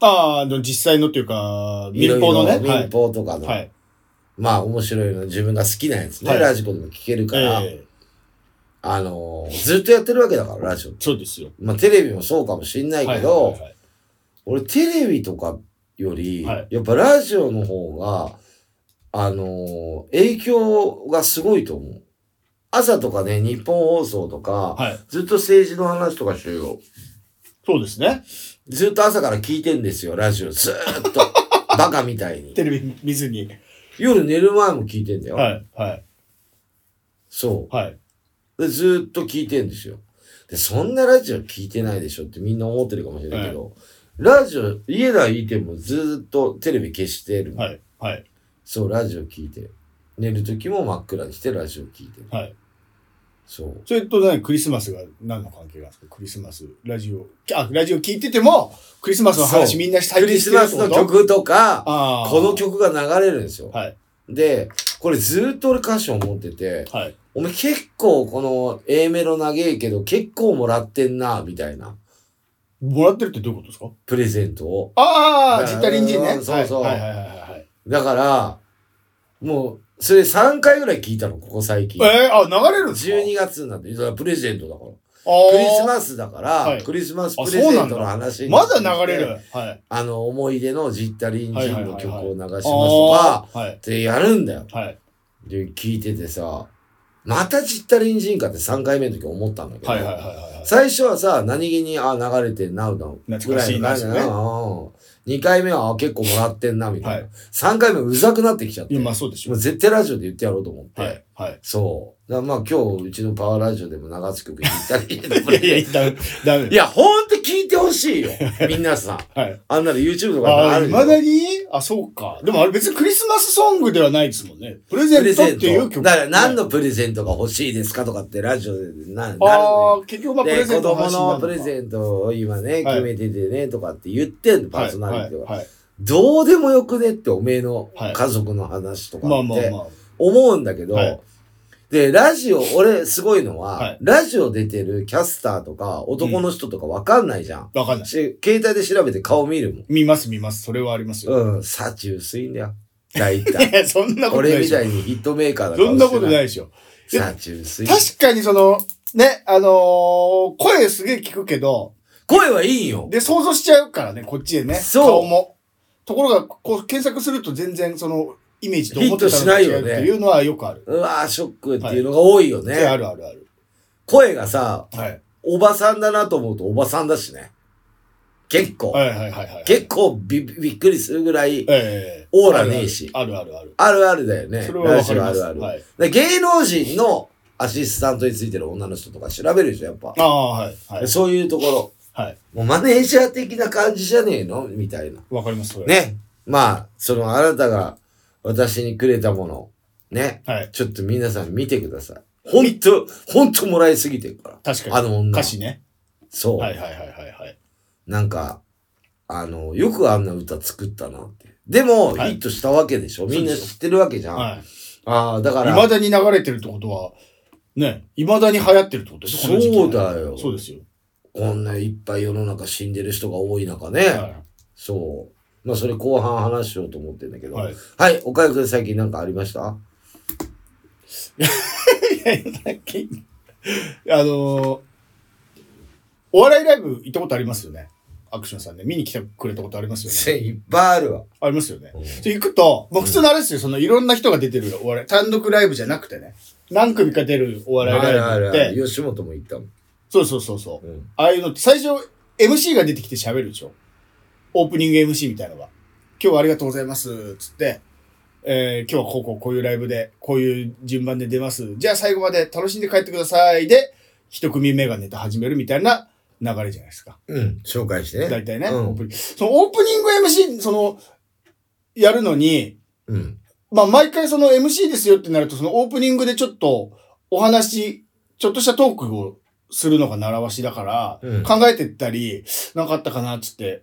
Speaker 2: ああの、実際のっていうか、民放のね。
Speaker 1: いろいろ民放とかの。
Speaker 2: はい。はい。
Speaker 1: まあ、面白いの、自分が好きなやつね、
Speaker 2: はい
Speaker 1: ラジコでも聞けるから、
Speaker 2: ええ
Speaker 1: あのーずっとやってるわけだから、ラジオって。
Speaker 2: そうですよ。
Speaker 1: まあ、テレビもそうかもしんないけど、
Speaker 2: はいはいはい
Speaker 1: 俺テレビとかより、
Speaker 2: はい
Speaker 1: やっぱラジオの方が、あのー影響がすごいと思う。朝とかね、日本放送とか、
Speaker 2: はい、はい。
Speaker 1: ずっと政治の話とかしようよ。
Speaker 2: そうですね。
Speaker 1: ずっと朝から聞いてんですよ、ラジオ。ずーっと。 [LAUGHS] バカみたいに。
Speaker 2: テレビ見ずに。
Speaker 1: 夜寝る前も聞いてんだよ。
Speaker 2: はい、はい、
Speaker 1: そ
Speaker 2: はい。
Speaker 1: う。でずーっと聞いてんですよ。で、そんなラジオ聞いてないでしょってみんな思ってるかもしれないけど、ラジオ、家でいてもずーっとテレビ消してる。
Speaker 2: はい、はい、
Speaker 1: そう、ラジオ聞いてる。寝る時も真っ暗にしてラジオ聞いてる。
Speaker 2: はい。
Speaker 1: そう。
Speaker 2: それと何クリスマスが何の関係があるんですかクリスマス、ラジオ。あ、ラジオ聞いてても、クリスマスの
Speaker 1: そ
Speaker 2: 話
Speaker 1: う
Speaker 2: みんなしたい
Speaker 1: クリスマスの曲とか、
Speaker 2: ああ。
Speaker 1: この。曲が流れるんですよ。
Speaker 2: はい、
Speaker 1: で、これずーっと俺歌詞を持ってて、
Speaker 2: はい。
Speaker 1: お前結構この A メロ長えけど結構もらってんな、みたいな
Speaker 2: もらってるってどういうことですか
Speaker 1: プレゼントを。
Speaker 2: ああ、
Speaker 1: だから
Speaker 2: 実体隣人ね。
Speaker 1: そうそう
Speaker 2: はいはいはいはい
Speaker 1: だから、もう、それ3回ぐらい聞いたの、ここ最近。
Speaker 2: はい。えー、あ、流れるんですか
Speaker 1: 12月になって、だからプレゼントだから。クリス
Speaker 2: あ
Speaker 1: マスだから、
Speaker 2: はい
Speaker 1: クリスマスプ
Speaker 2: あ
Speaker 1: レゼント
Speaker 2: そう
Speaker 1: の
Speaker 2: なん
Speaker 1: 話
Speaker 2: ー
Speaker 1: にな
Speaker 2: ま
Speaker 1: って
Speaker 2: だ流れる。はい。
Speaker 1: あの、思い出のジッタリンジンの曲を流しますと
Speaker 2: あ
Speaker 1: か、
Speaker 2: ーはい。
Speaker 1: ってやるんだよ。
Speaker 2: はい。
Speaker 1: で、聞いててさ、またジッタリンジンかって3回目の時思ったんだけど、
Speaker 2: はいはいはいはいはい。
Speaker 1: 最初はさ、何気に、あ、流れてんな、うどん。
Speaker 2: 懐かしいな
Speaker 1: ぐらいの感じだなうん。2回目は、あ、結構もらってんな、みたいな。3回目うざくなってきちゃって。
Speaker 2: いや、ま
Speaker 1: も
Speaker 2: あ
Speaker 1: う
Speaker 2: そうでしょう。
Speaker 1: 絶対ラジオで言ってやろうと思って。
Speaker 2: はい。はい。
Speaker 1: そう。だからまあ今日、うちのパワーラジオでも流す曲言ったり。
Speaker 2: [LAUGHS] いやいや、だめ、だめ
Speaker 1: い。や、ほんと聞いてほしい
Speaker 2: [LAUGHS]
Speaker 1: よ。みんなさん。
Speaker 2: はい。
Speaker 1: あんなの YouTube とかに
Speaker 2: あ
Speaker 1: あ
Speaker 2: あ、
Speaker 1: る
Speaker 2: い
Speaker 1: よ
Speaker 2: まだにあ、そうか。でもあれ別にクリスマスソングではないですもんね。プレゼ
Speaker 1: プ
Speaker 2: ン
Speaker 1: レ
Speaker 2: トっ
Speaker 1: ゼン
Speaker 2: ていう
Speaker 1: ト。
Speaker 2: 曲。
Speaker 1: だから何
Speaker 2: は
Speaker 1: のプレゼントが欲しいですかとかってラジオでな、なる
Speaker 2: いあ
Speaker 1: のよ。
Speaker 2: あ、結局まあプ
Speaker 1: で、
Speaker 2: レゼ
Speaker 1: 子
Speaker 2: ント
Speaker 1: 供のプレ
Speaker 2: ン
Speaker 1: ゼントを今ね、
Speaker 2: はい
Speaker 1: 決めててね、とかって言ってんの、パーソナリティは。
Speaker 2: はい。はい
Speaker 1: どうでもよくねっておめえの
Speaker 2: はい
Speaker 1: 家族の話とか
Speaker 2: まあ
Speaker 1: っ
Speaker 2: まあ
Speaker 1: て
Speaker 2: ま
Speaker 1: 思うんだけど、
Speaker 2: はい
Speaker 1: で、ラジオ、俺すごいのは、
Speaker 2: はい
Speaker 1: ラジオ出てるキャスターとか男の人とかわかんないじゃん。
Speaker 2: あ。わかんない。
Speaker 1: し携帯で調べて顔見るもん。
Speaker 2: 見ます見ます。それはありますよ。
Speaker 1: うん、幸薄いんだよ。大体。
Speaker 2: いや [LAUGHS] そんなことな
Speaker 1: 俺
Speaker 2: いで
Speaker 1: み
Speaker 2: しょ
Speaker 1: た。いにヒットメーカーだから。
Speaker 2: そんなことない
Speaker 1: い。
Speaker 2: でしょ。
Speaker 1: 幸薄い。
Speaker 2: 確かにその、ね、あのー声すげえ聞くけど、
Speaker 1: 声はいいよ。
Speaker 2: で、想像しちゃうからね、こっちでね。
Speaker 1: そう
Speaker 2: 顔も。ところが、こう、検索すると全然その、イメージと思ってたのと
Speaker 1: ヒットしない
Speaker 2: 違
Speaker 1: よ
Speaker 2: うっ
Speaker 1: ね
Speaker 2: ていうのはよくある。
Speaker 1: うわーショックっていうのが多いよ
Speaker 2: そ
Speaker 1: ね。
Speaker 2: れあるあるある。
Speaker 1: 声がさ、
Speaker 2: はい。
Speaker 1: おばさんだなと思うとおばさんだしね。結構。
Speaker 2: はいはいはいはい。
Speaker 1: 結構びびっくりするぐらい、
Speaker 2: ええ
Speaker 1: オーラねえし
Speaker 2: あるあるある。
Speaker 1: あるあるだよね。
Speaker 2: それはわかり
Speaker 1: ラ
Speaker 2: ま
Speaker 1: ジ
Speaker 2: す。
Speaker 1: オあるある。
Speaker 2: はい。
Speaker 1: で芸能人のアシスタントについてる女の人とか調べるでしょ、やっぱ
Speaker 2: あ。あ、はい。はい。
Speaker 1: そういうところ。
Speaker 2: はい。
Speaker 1: もうマネージャー的な感じじゃねえのみたいな。
Speaker 2: わかります、それ。。
Speaker 1: ね。まあ、そのあなたが私にくれたもの、ね。
Speaker 2: はい。
Speaker 1: ちょっと皆さん見てください。ほんと、ほんともらいすぎてるから。
Speaker 2: 確か
Speaker 1: あ
Speaker 2: に。
Speaker 1: の女
Speaker 2: 歌。詞ね。
Speaker 1: そう。
Speaker 2: はいはいはいはいはい。
Speaker 1: なんか、あの、よくあんな歌作ったなって。でも、
Speaker 2: はい
Speaker 1: ヒットしたわけでしょみんな知ってるわけじゃん。
Speaker 2: はい。
Speaker 1: ああ、だから、
Speaker 2: 未だに流れてるってことは、ね、未だに流行ってるってことですよこの時期
Speaker 1: そうだよ
Speaker 2: そうですよ。
Speaker 1: こんないっぱい世の中死んでる人が多い中ね。
Speaker 2: は
Speaker 1: そう。まあ、それ後半話しようと思ってんだけ
Speaker 2: い。
Speaker 1: ど。は。
Speaker 2: はいい。
Speaker 1: おかゆくん最近なんかありました
Speaker 2: 最近、 [LAUGHS] あのーお笑いライブ行ったことありますよね。アクションさんね。見に来てくれたことありますよね。
Speaker 1: いっぱいあるわ。
Speaker 2: ありますよね。で行くと、まあ普通のあれですよ、そのいろんな人が出てるお笑い、単独ライブじゃなくてね、何組か出るお
Speaker 1: あ
Speaker 2: 笑い
Speaker 1: る
Speaker 2: ラ
Speaker 1: あ
Speaker 2: イブ
Speaker 1: る
Speaker 2: っ
Speaker 1: あ
Speaker 2: て、
Speaker 1: る。吉本も行ったもん。
Speaker 2: そうそうそうそう。
Speaker 1: うん
Speaker 2: ああいうのって最初 MC が出てきて喋るでしょオープニング MC みたいのが。今日はありがとうございます、つって、えー、今日はこうこうこういうライブで、こういう順番で出ます。じゃあ最後まで楽しんで帰ってください。で、一組目がネタ始めるみたいな流れじゃないですか。
Speaker 1: うん。紹介してね。
Speaker 2: 大体ね。
Speaker 1: うん
Speaker 2: オープニングそのオープニング MC、その、やるのに、
Speaker 1: うん。
Speaker 2: まあ、毎回その MC ですよってなると、そのオープニングでちょっとお話、ちょっとしたトークをするのが習わしだから、
Speaker 1: うん
Speaker 2: 考えてったり、なんかあったかなっつって、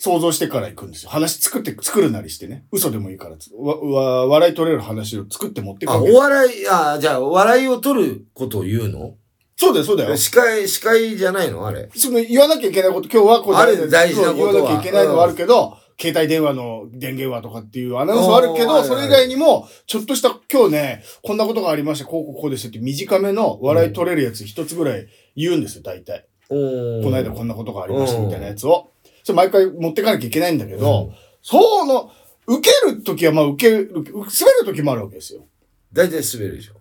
Speaker 2: 想像してから行くんですよ。話作って、作るなりしてね。嘘でもいいからつわ、わ、笑い取れる話を作って持ってく
Speaker 1: あ、
Speaker 2: るわ
Speaker 1: お
Speaker 2: け。
Speaker 1: 笑い、あじゃあ、お笑いを取ることを言うの
Speaker 2: そうだよ、そうだよ。
Speaker 1: 司会、司会じゃないのあれ。
Speaker 2: その言わなきゃいけないこと、今日はこう
Speaker 1: ある大事なことは
Speaker 2: 言わなきゃいけないのはあるけど、携帯電話の電源はとかっていうアナウンスはあるけ
Speaker 1: おーは
Speaker 2: ど、
Speaker 1: いはい
Speaker 2: それ以外にも、ちょっとした今日ね、こんなことがありました、こうこうこうですよって短めの笑い取れるやつ一つぐらい言うんですよ、大体。
Speaker 1: おー
Speaker 2: この間こんなことがありましたみたいなやつを。それ毎回持ってかなきゃいけないんだけ
Speaker 1: う
Speaker 2: ど
Speaker 1: ん、
Speaker 2: その、受けるときはまあ受ける、滑るときもあるわけですよ。
Speaker 1: 大体滑るでしょ。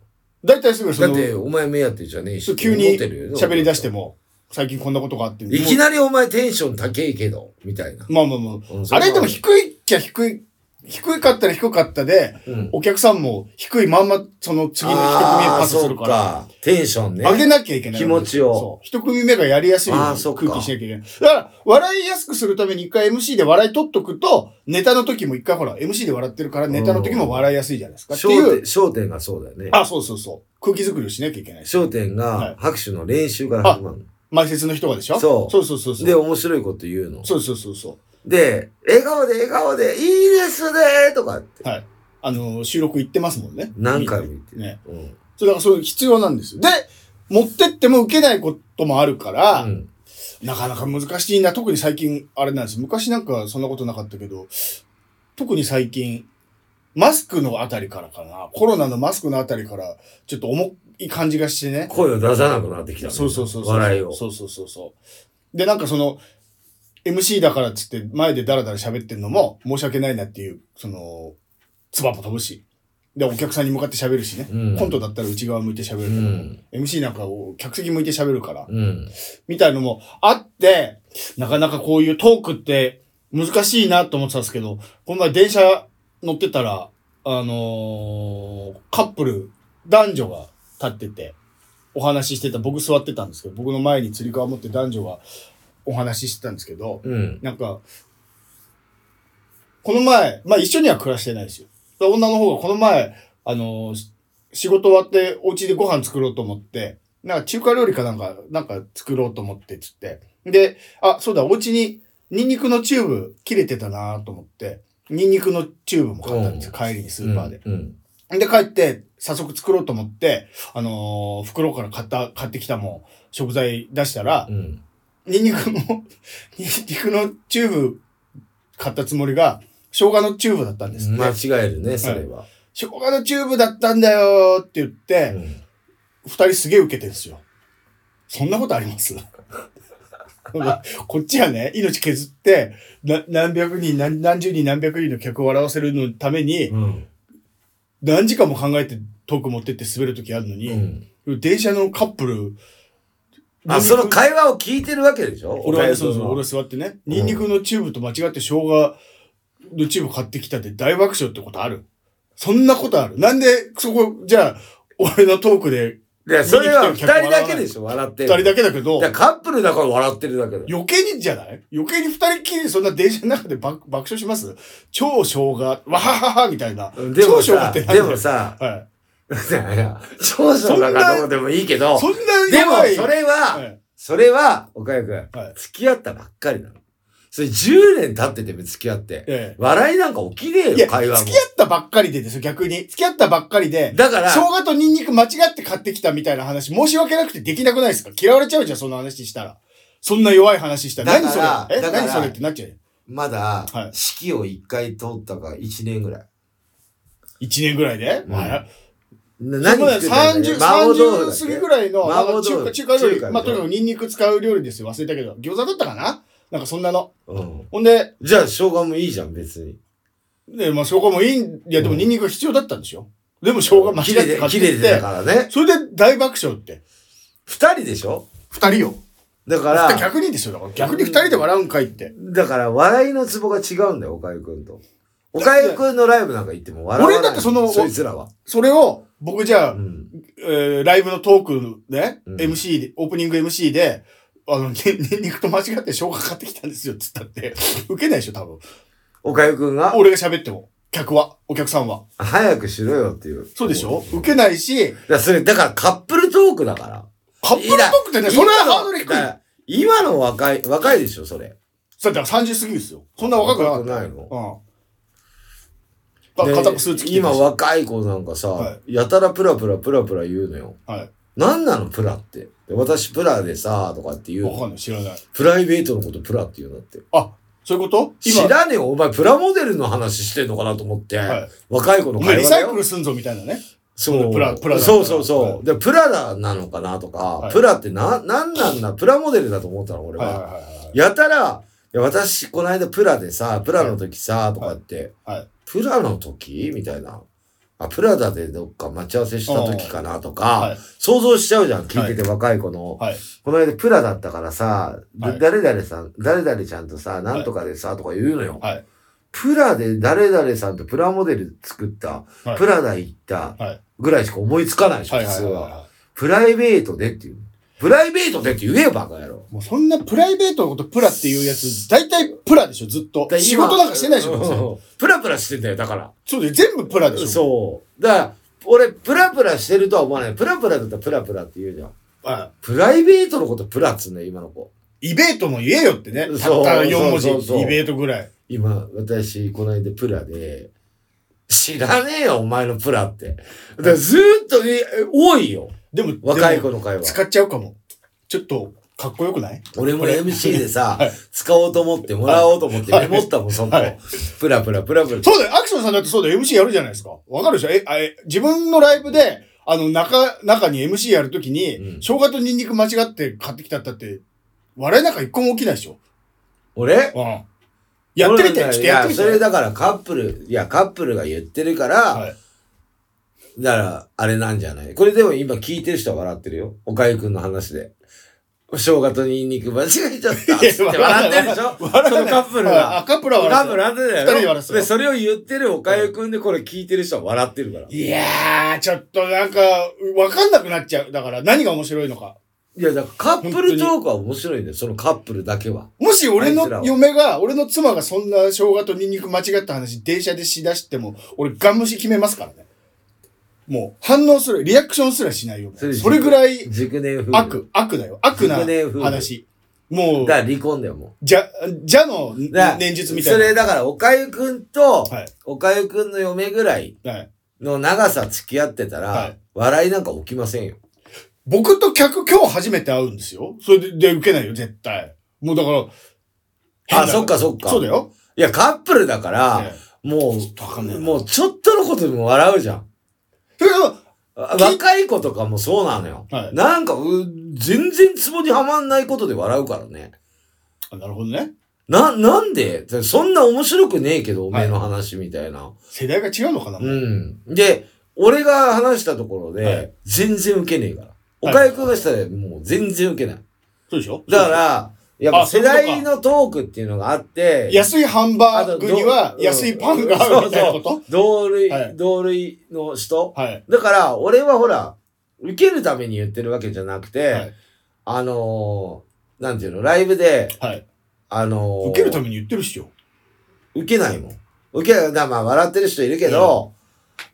Speaker 2: 大体すぐそ
Speaker 1: だ
Speaker 2: の
Speaker 1: っ、て、お前目当てじゃねえし。
Speaker 2: 急
Speaker 1: 思っ
Speaker 2: に
Speaker 1: てるよ
Speaker 2: 喋り出して。も、最近こんなことがあって。
Speaker 1: いきなりお前テンション高えけど、みたいな。
Speaker 2: まあまあまあ
Speaker 1: うん。
Speaker 2: あれでも低いきゃ低い、低かったら低かったで、
Speaker 1: うん。
Speaker 2: お客さんも低いまんま、その次の一組目
Speaker 1: あ
Speaker 2: パ
Speaker 1: あ、
Speaker 2: スす
Speaker 1: そ
Speaker 2: る
Speaker 1: う
Speaker 2: から。
Speaker 1: か。テンションね。
Speaker 2: 上げなきゃいけない。
Speaker 1: 気持ちを
Speaker 2: そう。一組目がやりやすいよう
Speaker 1: あー
Speaker 2: に
Speaker 1: そっか
Speaker 2: 空気にしなきゃいけない。だから、笑いやすくするために一回 MC で笑い取っとくと、ネタの時も一回ほら、MC で笑ってるから、ネタの時も笑いやすいじゃないですか。って
Speaker 1: 焦
Speaker 2: いう
Speaker 1: 点、。焦点がそうだよね。
Speaker 2: あ、そうそうそう。空気作りをしなきゃいけないし。
Speaker 1: 焦点
Speaker 2: は
Speaker 1: が
Speaker 2: い
Speaker 1: 拍手の練習から始まる
Speaker 2: 前説の人がでしょ
Speaker 1: そう
Speaker 2: そうそうそうそ
Speaker 1: の。で、
Speaker 2: う。
Speaker 1: 面白いこと言うの。
Speaker 2: そうそうそうそう。
Speaker 1: で、笑顔で笑顔で、いいですねとかって。
Speaker 2: あのー、収録行ってますもんね。
Speaker 1: 何回も言ってる。
Speaker 2: ね。
Speaker 1: うん。
Speaker 2: そう、だからそういう必要なんですよ。で、持ってっても受けないこともあるから、
Speaker 1: うん
Speaker 2: なかなか難しいな。特に最近、あれなんです。昔なんかそんなことなかったけど、特に最近、マスクのあたりからかな。コロナのマスクのあたりから、ちょっと重い感じがしてね。
Speaker 1: 声を出さなくなってきたね。
Speaker 2: そうそうそうそう。
Speaker 1: 笑いを。
Speaker 2: そうそうそうそう。で、なんかその、MC だからっつって前でダラダラ喋ってんのも申し訳ないなっていう、その、ツバも飛ぶし。で、お客さんに向かって喋るしね。
Speaker 1: うん
Speaker 2: コントだったら内側向いて喋
Speaker 1: う
Speaker 2: るけど、
Speaker 1: ん。
Speaker 2: MC なんかを客席向いて喋るから、
Speaker 1: うん。
Speaker 2: みたいのもあって、なかなかこういうトークって難しいなと思ってたんですけど、この前電車乗ってたら、あのーカップル、男女が立ってて、お話ししてた、僕座ってたんですけど、僕の前に釣り革持って男女がお話ししてたんですけど、
Speaker 1: うん。
Speaker 2: なんか、この前、まあ一緒には暮らしてないですよ。で女の方がこの前、あのーし仕事終わってお家でご飯作ろうと思って、なんか中華料理かなんか、なんか作ろうと思ってつって。で、あ、そうだ、お家にニンニクのチューブ切れてたなと思って、ニンニクのチューブも買ったんですよ。帰りにスーパーで。
Speaker 1: うん。
Speaker 2: で、帰って、早速作ろうと思って、あのー袋から買った、買ってきたもん、食材出したら
Speaker 1: う、ん。
Speaker 2: ニンニクの、 [LAUGHS] ニンニクのチューブ買ったつもりが、生姜のチューブだったんですって。
Speaker 1: 間違えるね、それは。
Speaker 2: 生姜のチューブだったんだよーって言って、
Speaker 1: うん
Speaker 2: 二人すげえ受けてるんですよ。そんなことあります [LAUGHS] こっちはね、命削って、な何百人何、何十人、何百人の客を笑わせるのために、
Speaker 1: うん。
Speaker 2: 何時間も考えてトーク持ってって滑るときあるの
Speaker 1: う
Speaker 2: に、
Speaker 1: ん。
Speaker 2: 電車のカップル、
Speaker 1: あ、その会話を聞いてるわけでしょ
Speaker 2: 俺はね、そうそう、俺は
Speaker 1: 岡
Speaker 2: 座ってね、
Speaker 1: うん
Speaker 2: ニンニクのチューブと間違って生姜のチューブ買ってきたって大爆笑ってことあるそんなことあるなんで、そこ、じゃあ、俺のトークで
Speaker 1: 田いや、それは二人だけでしょ笑って
Speaker 2: 二
Speaker 1: る。
Speaker 2: 人だけだけど
Speaker 1: い、や、カップルだから笑ってるだけだよ。
Speaker 2: 余計にじゃない余計に二人っきりでそんな電車の中で爆爆笑します超生姜、わはははみたいな。
Speaker 1: でも
Speaker 2: 超生姜
Speaker 1: さ、
Speaker 2: ってなんだ
Speaker 1: で
Speaker 2: よ
Speaker 1: もさ、
Speaker 2: はい。
Speaker 1: いやいや長所だからどうでもいいけど、
Speaker 2: そんな
Speaker 1: でも
Speaker 2: 弱い。
Speaker 1: それ
Speaker 2: は
Speaker 1: は、
Speaker 2: い
Speaker 1: それは、岡谷くん
Speaker 2: はい、
Speaker 1: 付き合ったばっかりなの。それ10年経ってても付き合って。
Speaker 2: え
Speaker 1: 笑いなんか起きねえ
Speaker 2: えい
Speaker 1: よ、
Speaker 2: や、
Speaker 1: 会話
Speaker 2: 付き合ったばっかりでですよ、逆に。付き合ったばっかりで
Speaker 1: も。、だから、
Speaker 2: 生姜とニンニク間違って買ってきたみたいな話、申し訳なくてできなくないですか嫌われちゃうじゃん、そんな話したら。そんな弱い話したら。
Speaker 1: だ
Speaker 2: 何そ
Speaker 1: か
Speaker 2: れ
Speaker 1: ら
Speaker 2: え
Speaker 1: だから
Speaker 2: 何それってなっちゃうよ。
Speaker 1: まだ
Speaker 2: はい、
Speaker 1: 式を一回通ったか、一年ぐらい。
Speaker 2: 一年ぐらいで、
Speaker 1: うん
Speaker 2: まあ、
Speaker 1: な
Speaker 2: それも
Speaker 1: 作っ
Speaker 2: ね、
Speaker 1: てんだよ
Speaker 2: 30、
Speaker 1: ね麻婆豆腐だっ
Speaker 2: 30
Speaker 1: け
Speaker 2: 過ぎぐらいの、
Speaker 1: 麻婆
Speaker 2: あの
Speaker 1: 豆腐
Speaker 2: 中華、中華料
Speaker 1: 中華
Speaker 2: 理。
Speaker 1: ね
Speaker 2: まあ、とにかくニンニク使う料理ですよ。忘れたけど。餃子だったかななんかそんなの。
Speaker 1: うん
Speaker 2: ほんで、
Speaker 1: じゃあ、生姜もいいじゃん、別に。
Speaker 2: ね、まあ、生姜もいいん、いや、でも
Speaker 1: うん
Speaker 2: ニンニクが必要だったんでしょでも生姜間違って買っ
Speaker 1: 切れて
Speaker 2: てき
Speaker 1: た
Speaker 2: て、
Speaker 1: からね。
Speaker 2: それで大爆笑って。
Speaker 1: 二人でしょ
Speaker 2: 二人よ。
Speaker 1: だから、
Speaker 2: 逆にですよ。だから逆に二人で笑うんかいって。
Speaker 1: だから笑いのツボが違うんだよ、岡井くんと。岡井くんのライブなんか行っても笑わない。
Speaker 2: 俺だってその
Speaker 1: そいつらは。
Speaker 2: それを、僕じゃあ
Speaker 1: う、ん。
Speaker 2: えーライブのトークね、
Speaker 1: うん
Speaker 2: MC で、オープニング MC で、あの、にニンニクと間違って生姜買ってきたんですよ、つったって。受けないでしょ、多分。
Speaker 1: 岡井くんが、
Speaker 2: 俺が喋っても。客は、お客さんは。
Speaker 1: 早くしろよっていう。
Speaker 2: そうでしょ
Speaker 1: だか
Speaker 2: 受けないし、
Speaker 1: らそれ、だからカップルトークだから。
Speaker 2: カップルトークってね、それはハードル低い。
Speaker 1: だから今の若い、若いでしょ、それ。
Speaker 2: そうだから30過ぎですよ。そんな若くなかった。
Speaker 1: ないの。
Speaker 2: うん。だから
Speaker 1: で
Speaker 2: 片方スーツ着て
Speaker 1: 今
Speaker 2: たし
Speaker 1: 若い子なんか
Speaker 2: は
Speaker 1: さ、やたらプラプラプラプラ言うのよ。
Speaker 2: はい。
Speaker 1: 何なの、プラって。で私、プラでさ、とかって言うの
Speaker 2: わかんない、知らない。
Speaker 1: プライベートのことプラって言うんだって。
Speaker 2: あ、そういうこと
Speaker 1: 知
Speaker 2: 今、
Speaker 1: らねえよ、お前プラモデルの話してんのかなと思って。
Speaker 2: はい
Speaker 1: 若い子の
Speaker 2: お前
Speaker 1: 会
Speaker 2: リ
Speaker 1: 話だ
Speaker 2: サイク
Speaker 1: よ。
Speaker 2: ルすんぞみたいなね。
Speaker 1: そう、
Speaker 2: プラプラだ
Speaker 1: そうそうそう。
Speaker 2: はい
Speaker 1: で、プラダなのかなとか、
Speaker 2: い
Speaker 1: プラってな、なんなんだ、プラモデルだと思ったの、俺
Speaker 2: は
Speaker 1: は。
Speaker 2: いはいはいはい。
Speaker 1: やたら、いや私、この間プラでさ、プラの時さ、とかって、
Speaker 2: はいはい
Speaker 1: プラの時みたいな。あ、プラダでどっか待ち合わせした時かなとか、
Speaker 2: はい
Speaker 1: 想像しちゃうじゃん、聞いてて若い子の。
Speaker 2: はい。
Speaker 1: この間プラだったからさ、で
Speaker 2: はい
Speaker 1: 誰々さん、誰々ちゃんとさ、なんとかでさ、とか言うのよ。
Speaker 2: はい
Speaker 1: プラで誰々さんとプラモデル作った、
Speaker 2: はい
Speaker 1: プラダ行った
Speaker 2: はい
Speaker 1: ぐらいしか思いつかないでしょ、
Speaker 2: はい
Speaker 1: 普
Speaker 2: はい
Speaker 1: 通
Speaker 2: はい
Speaker 1: は。
Speaker 2: は
Speaker 1: プライベートでっていう。プライベートでって言えよ、バカ野郎。
Speaker 2: い。もうそんなプライベートのことプラっていうやつ、大体プラでしょ、ずっと。
Speaker 1: だから今
Speaker 2: 仕事なんかしてないでしょ、別に
Speaker 1: うんプラプラしてんだよ、だから。
Speaker 2: そうで全部プラでしょ。
Speaker 1: そう。だから、俺、プラプラしてるとは思わない。プラプラだったらプラプラって言うじゃん。
Speaker 2: は
Speaker 1: プライベートのことプラっつうんだよ、今の子。
Speaker 2: い。イベートも言えよってね。た
Speaker 1: そう
Speaker 2: った4文字。
Speaker 1: そうそうそう
Speaker 2: イベートぐらい。
Speaker 1: 今、私、この間プラで、知らねえよ、お前のプラって。だからずーっとえ多いよ。
Speaker 2: でも、
Speaker 1: 若い
Speaker 2: で
Speaker 1: 子の会
Speaker 2: も
Speaker 1: 話。
Speaker 2: 使っちゃうかも。ちょっと、かっこよくない
Speaker 1: 俺も MC でさ、
Speaker 2: [LAUGHS] はい
Speaker 1: 使おうと思って、もらおうと思って、
Speaker 2: はい
Speaker 1: メモったもん、そん
Speaker 2: は
Speaker 1: ないプラプラ、プラプラ。
Speaker 2: そうだよ、アクションさんだってそうだよ、MC やるじゃないですか。わかるでしょえ、あえ、自分のライブで、あの、中、中に MC やるときに、
Speaker 1: うん
Speaker 2: 生姜とニンニク間違って買ってきたったって、笑いなんか一個も起きないでしょ。
Speaker 1: 俺
Speaker 2: うん。やってみて、ちょ
Speaker 1: 俺
Speaker 2: っと
Speaker 1: い
Speaker 2: やっ
Speaker 1: や、
Speaker 2: てみて。
Speaker 1: それだからカップル、いや、カップルが言ってるから、
Speaker 2: はい
Speaker 1: だから、あれなんじゃないこれでも今聞いてる人は笑ってるよ。おかゆくんの話で。生姜とニンニク間違えちゃった。って笑ってるでしょそのカ
Speaker 2: 笑わない
Speaker 1: ップル
Speaker 2: はいあ、
Speaker 1: が。
Speaker 2: カップルは
Speaker 1: カッ
Speaker 2: 笑っ
Speaker 1: プ
Speaker 2: て
Speaker 1: ル
Speaker 2: る
Speaker 1: 笑ってた
Speaker 2: 二人で
Speaker 1: よ
Speaker 2: 笑ってた
Speaker 1: で、それを言ってるおかゆくんでこれ聞いてる人は笑ってるから。い
Speaker 2: いやー、ちょっとなんか、わかんなくなっちゃう。だから、何が面白いのか。
Speaker 1: や、だからカップルトークは面白いんだよ。そのカップルだけは。
Speaker 2: もし
Speaker 1: あ
Speaker 2: 俺
Speaker 1: いつら
Speaker 2: の
Speaker 1: は
Speaker 2: 嫁が、俺の妻がそんな生姜とニンニク間違った話、電車でしだしても、俺ガン無視決めますからね。もう、反応する、リアクションすらしないよ。
Speaker 1: それ
Speaker 2: それぐらい、
Speaker 1: 熟年夫婦。
Speaker 2: 悪、悪だよ。悪な
Speaker 1: 熟年夫婦
Speaker 2: 話。もう
Speaker 1: だ、から離婚だよ、もう。
Speaker 2: じゃ、じゃの年
Speaker 1: だから
Speaker 2: 術みたい
Speaker 1: それだから、おかゆくんと、
Speaker 2: はい
Speaker 1: おかゆくんの嫁ぐらい
Speaker 2: な。はい
Speaker 1: の長さ付き合ってたら、
Speaker 2: はい
Speaker 1: 笑いなんか起きませんよ。
Speaker 2: 僕と客今日初めて会うんですよ。それで、で、受けないよ、絶対。もうだから、変
Speaker 1: あ、
Speaker 2: な
Speaker 1: そっかそっか。
Speaker 2: そうだよ。
Speaker 1: いや、カップルだから、
Speaker 2: ね
Speaker 1: も、
Speaker 2: ちょっとわかんないうな
Speaker 1: もうちょっとのことでも笑うじゃん。
Speaker 2: それは
Speaker 1: あ若い子とかもそうなのよ。
Speaker 2: はい
Speaker 1: なんか、う全然ツボにはまんないことで笑うからね。
Speaker 2: あなるほどね。
Speaker 1: な、なんでそんな面白くねえけど、おめえの話みたいな。
Speaker 2: 世代が違うのかな、
Speaker 1: うん。で、俺が話したところで、
Speaker 2: はい
Speaker 1: 全然ウケねえから。お
Speaker 2: はい
Speaker 1: かゆくんがしたら、もう全然ウケない。
Speaker 2: そうでしょ
Speaker 1: だから、やっぱ
Speaker 2: あそう
Speaker 1: 世
Speaker 2: いうことか
Speaker 1: 代のトークっていうのがあって、
Speaker 2: 安いハンバーグに
Speaker 1: あ
Speaker 2: は
Speaker 1: とど
Speaker 2: 安いパンがあるみたいなこと、
Speaker 1: 同類、
Speaker 2: はい
Speaker 1: 同類の人。
Speaker 2: はい。
Speaker 1: だから、俺はほら、受けるために言ってるわけじゃなくて、
Speaker 2: はい
Speaker 1: あのー、なんていうの、ライブで、
Speaker 2: はい。
Speaker 1: あのー、
Speaker 2: 受けるために言ってるっしょ。
Speaker 1: 受けないもん。受けない、だまあ笑ってる人いるけど、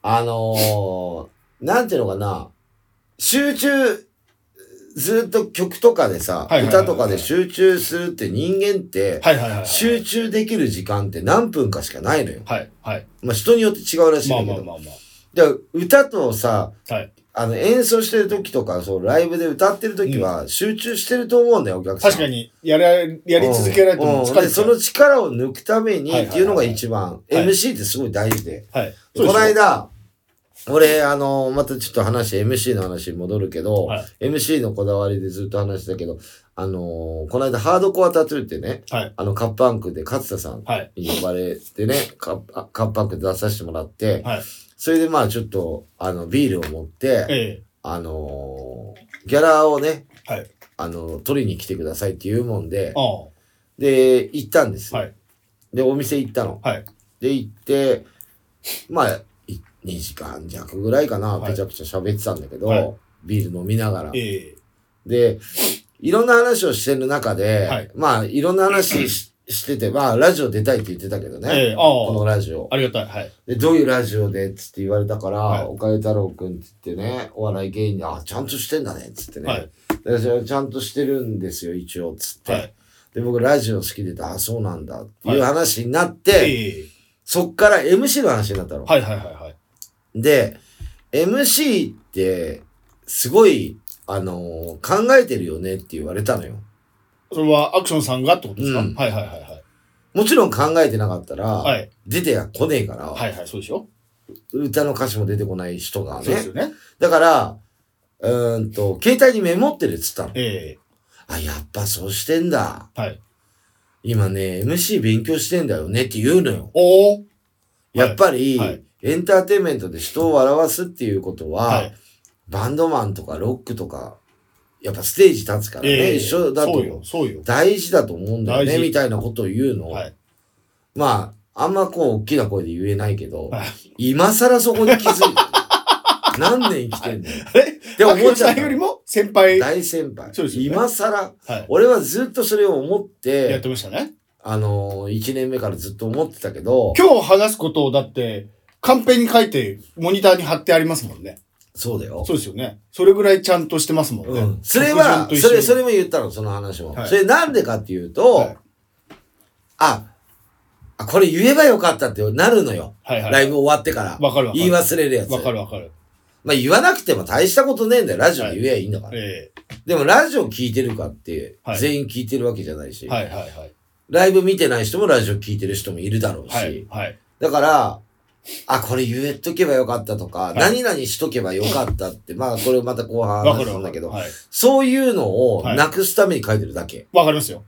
Speaker 1: あのー、なんていうのかな、集中、ずっと曲とかでさ、
Speaker 2: はいはいはいはい
Speaker 1: 歌とかで集中するって人間って、
Speaker 2: はいはいはいはい。
Speaker 1: 集中できる時間って何分かしかないのよ。
Speaker 2: はいはい。
Speaker 1: まあ人によって違うらしい
Speaker 2: まあ
Speaker 1: んだけど。
Speaker 2: まあまあま
Speaker 1: で歌とさ、
Speaker 2: あ。はい。
Speaker 1: あの演奏してる時とか、そう、ライブで歌ってる時は集中してると思うんだよ、お客さん。
Speaker 2: 確かに、やれ、やり続けられて
Speaker 1: うん
Speaker 2: も
Speaker 1: うん
Speaker 2: 疲れ
Speaker 1: で
Speaker 2: て
Speaker 1: その力を抜くためにっていうのが一番、
Speaker 2: いはいはい
Speaker 1: MC ってすごい大事で。
Speaker 2: はい。そう
Speaker 1: この
Speaker 2: でしょ
Speaker 1: 間、俺、あの、またちょっと話、MC の話に戻るけど、
Speaker 2: はい
Speaker 1: MC のこだわりでずっと話したけど、あの、この間、ハードコアタトゥーってね、
Speaker 2: はい
Speaker 1: あの、カッパンクで勝田さん
Speaker 2: はい。
Speaker 1: に呼ばれてね、カッパカッパンクで出させてもらって、
Speaker 2: はい
Speaker 1: それでまあちょっと、あの、ビールを持って、
Speaker 2: え
Speaker 1: あのーギャラをね、
Speaker 2: はい
Speaker 1: あのー取りに来てくださいって言うもんで
Speaker 2: え、あ
Speaker 1: で、行ったんですよ。
Speaker 2: はい
Speaker 1: で、お店行ったの。
Speaker 2: あ。はい。
Speaker 1: で、行って、まあ、い2時間弱ぐらいかな、
Speaker 2: はい
Speaker 1: めちゃくちゃ喋ってたんだけど、
Speaker 2: はい
Speaker 1: ビール飲みながら。
Speaker 2: え
Speaker 1: で、いろんな話をしてる中で、
Speaker 2: はい
Speaker 1: まあ、いろんな話
Speaker 2: [CLEARS THROAT]
Speaker 1: ししてて、まあ、ラジオ出たいって言ってたけど
Speaker 2: え。
Speaker 1: ね、
Speaker 2: ええ。
Speaker 1: こ
Speaker 2: あ
Speaker 1: のラジオ
Speaker 2: あ。。ありがたい。はい。
Speaker 1: で、どういうラジオでっつって言われたから、
Speaker 2: はい
Speaker 1: 岡江太郎くんっつってね、お笑い芸人で、あ、ちゃんとしてんだねっつってね。
Speaker 2: はい
Speaker 1: で私はちゃんとしてるんですよ、一応っつって。
Speaker 2: はい
Speaker 1: で、僕ラジオ好きでた、あ、そうなんだっていう話になって、
Speaker 2: ええ。
Speaker 1: そっから MC の話になったの。
Speaker 2: はいはいはいはい。
Speaker 1: で、MC って、すごい、あのー考えてるよねって言われたのよ。
Speaker 2: それはアクションさんがってことですか、
Speaker 1: うん
Speaker 2: はいはいはいはい。
Speaker 1: もちろん考えてなかったら、
Speaker 2: はい。
Speaker 1: 出ては来ねえから、
Speaker 2: はいはい。そうでしょ
Speaker 1: 歌の歌詞も出てこない人が
Speaker 2: そうです
Speaker 1: ね
Speaker 2: よ。ね。
Speaker 1: だから、うーんと、携帯にメモってるっつったの。
Speaker 2: え
Speaker 1: あ、やっぱそうしてんだ。
Speaker 2: え。はい。
Speaker 1: 今ね、MC 勉強してんだよねって言うのよ。
Speaker 2: おー。
Speaker 1: やっぱり、
Speaker 2: はいはい
Speaker 1: エンターテインメントで人を笑わすっていうことは、
Speaker 2: はい。
Speaker 1: バンドマンとかロックとか、やっぱステージ立つからね、
Speaker 2: ええ
Speaker 1: 一緒だ
Speaker 2: そ
Speaker 1: と
Speaker 2: うよ。そうよ。
Speaker 1: 大事だと思うんだよ
Speaker 2: 大
Speaker 1: ね、
Speaker 2: 事
Speaker 1: みたいなことを言うの。
Speaker 2: はい。
Speaker 1: まあ、あんまこう、大きな声で言えないけど、今更そこに気づい
Speaker 2: [LAUGHS]
Speaker 1: て。何年生きてんだよ。
Speaker 2: あれ
Speaker 1: って思っちゃ
Speaker 2: さ
Speaker 1: っ
Speaker 2: んより
Speaker 1: た。
Speaker 2: も先輩、は
Speaker 1: 大先輩。
Speaker 2: そうですよね
Speaker 1: 今更。
Speaker 2: い、
Speaker 1: 俺はずっとそれを思っ、
Speaker 2: やっててましたね。
Speaker 1: あのー、1年目からずっと思ってたけど、
Speaker 2: 今日話すことをだって、カンペに書いて、モニターに貼ってありますもんね。
Speaker 1: そうだよ。
Speaker 2: そうですよね。それぐらいちゃんとしてますもんね。
Speaker 1: うん、それは、
Speaker 2: 食事
Speaker 1: そ
Speaker 2: と一緒に
Speaker 1: れ、それも言ったの、その話も。
Speaker 2: はい
Speaker 1: それなんでかっていうと、
Speaker 2: はい
Speaker 1: あ、あこれ言えばよかったってなるのよ。
Speaker 2: はいは
Speaker 1: ラ
Speaker 2: い。
Speaker 1: イブ終わってから。
Speaker 2: わかるわかる
Speaker 1: 言い忘れるやつ。
Speaker 2: わかるわかる。
Speaker 1: まあ言わなくても大したことねえんだよ。ラジオで言えばいいんだから。
Speaker 2: え
Speaker 1: でもラジオ聞いてるかって
Speaker 2: は、い
Speaker 1: 全員聞いてるわけじゃない
Speaker 2: え
Speaker 1: し、
Speaker 2: はいはいはい。
Speaker 1: ライブ見てない人もラジオ聞いてる人もいるだろうし、
Speaker 2: はいはい。
Speaker 1: だから、あ、これ言えとけばよかったとか、
Speaker 2: い
Speaker 1: 何々しとけばよかったって、まあこれまた後半
Speaker 2: わか
Speaker 1: 話
Speaker 2: る
Speaker 1: す
Speaker 2: わ
Speaker 1: ん
Speaker 2: か
Speaker 1: だけ
Speaker 2: る。
Speaker 1: ど、
Speaker 2: はい。
Speaker 1: そういうのを
Speaker 2: はい
Speaker 1: なくすために書いてるだけ。
Speaker 2: わかりますよ。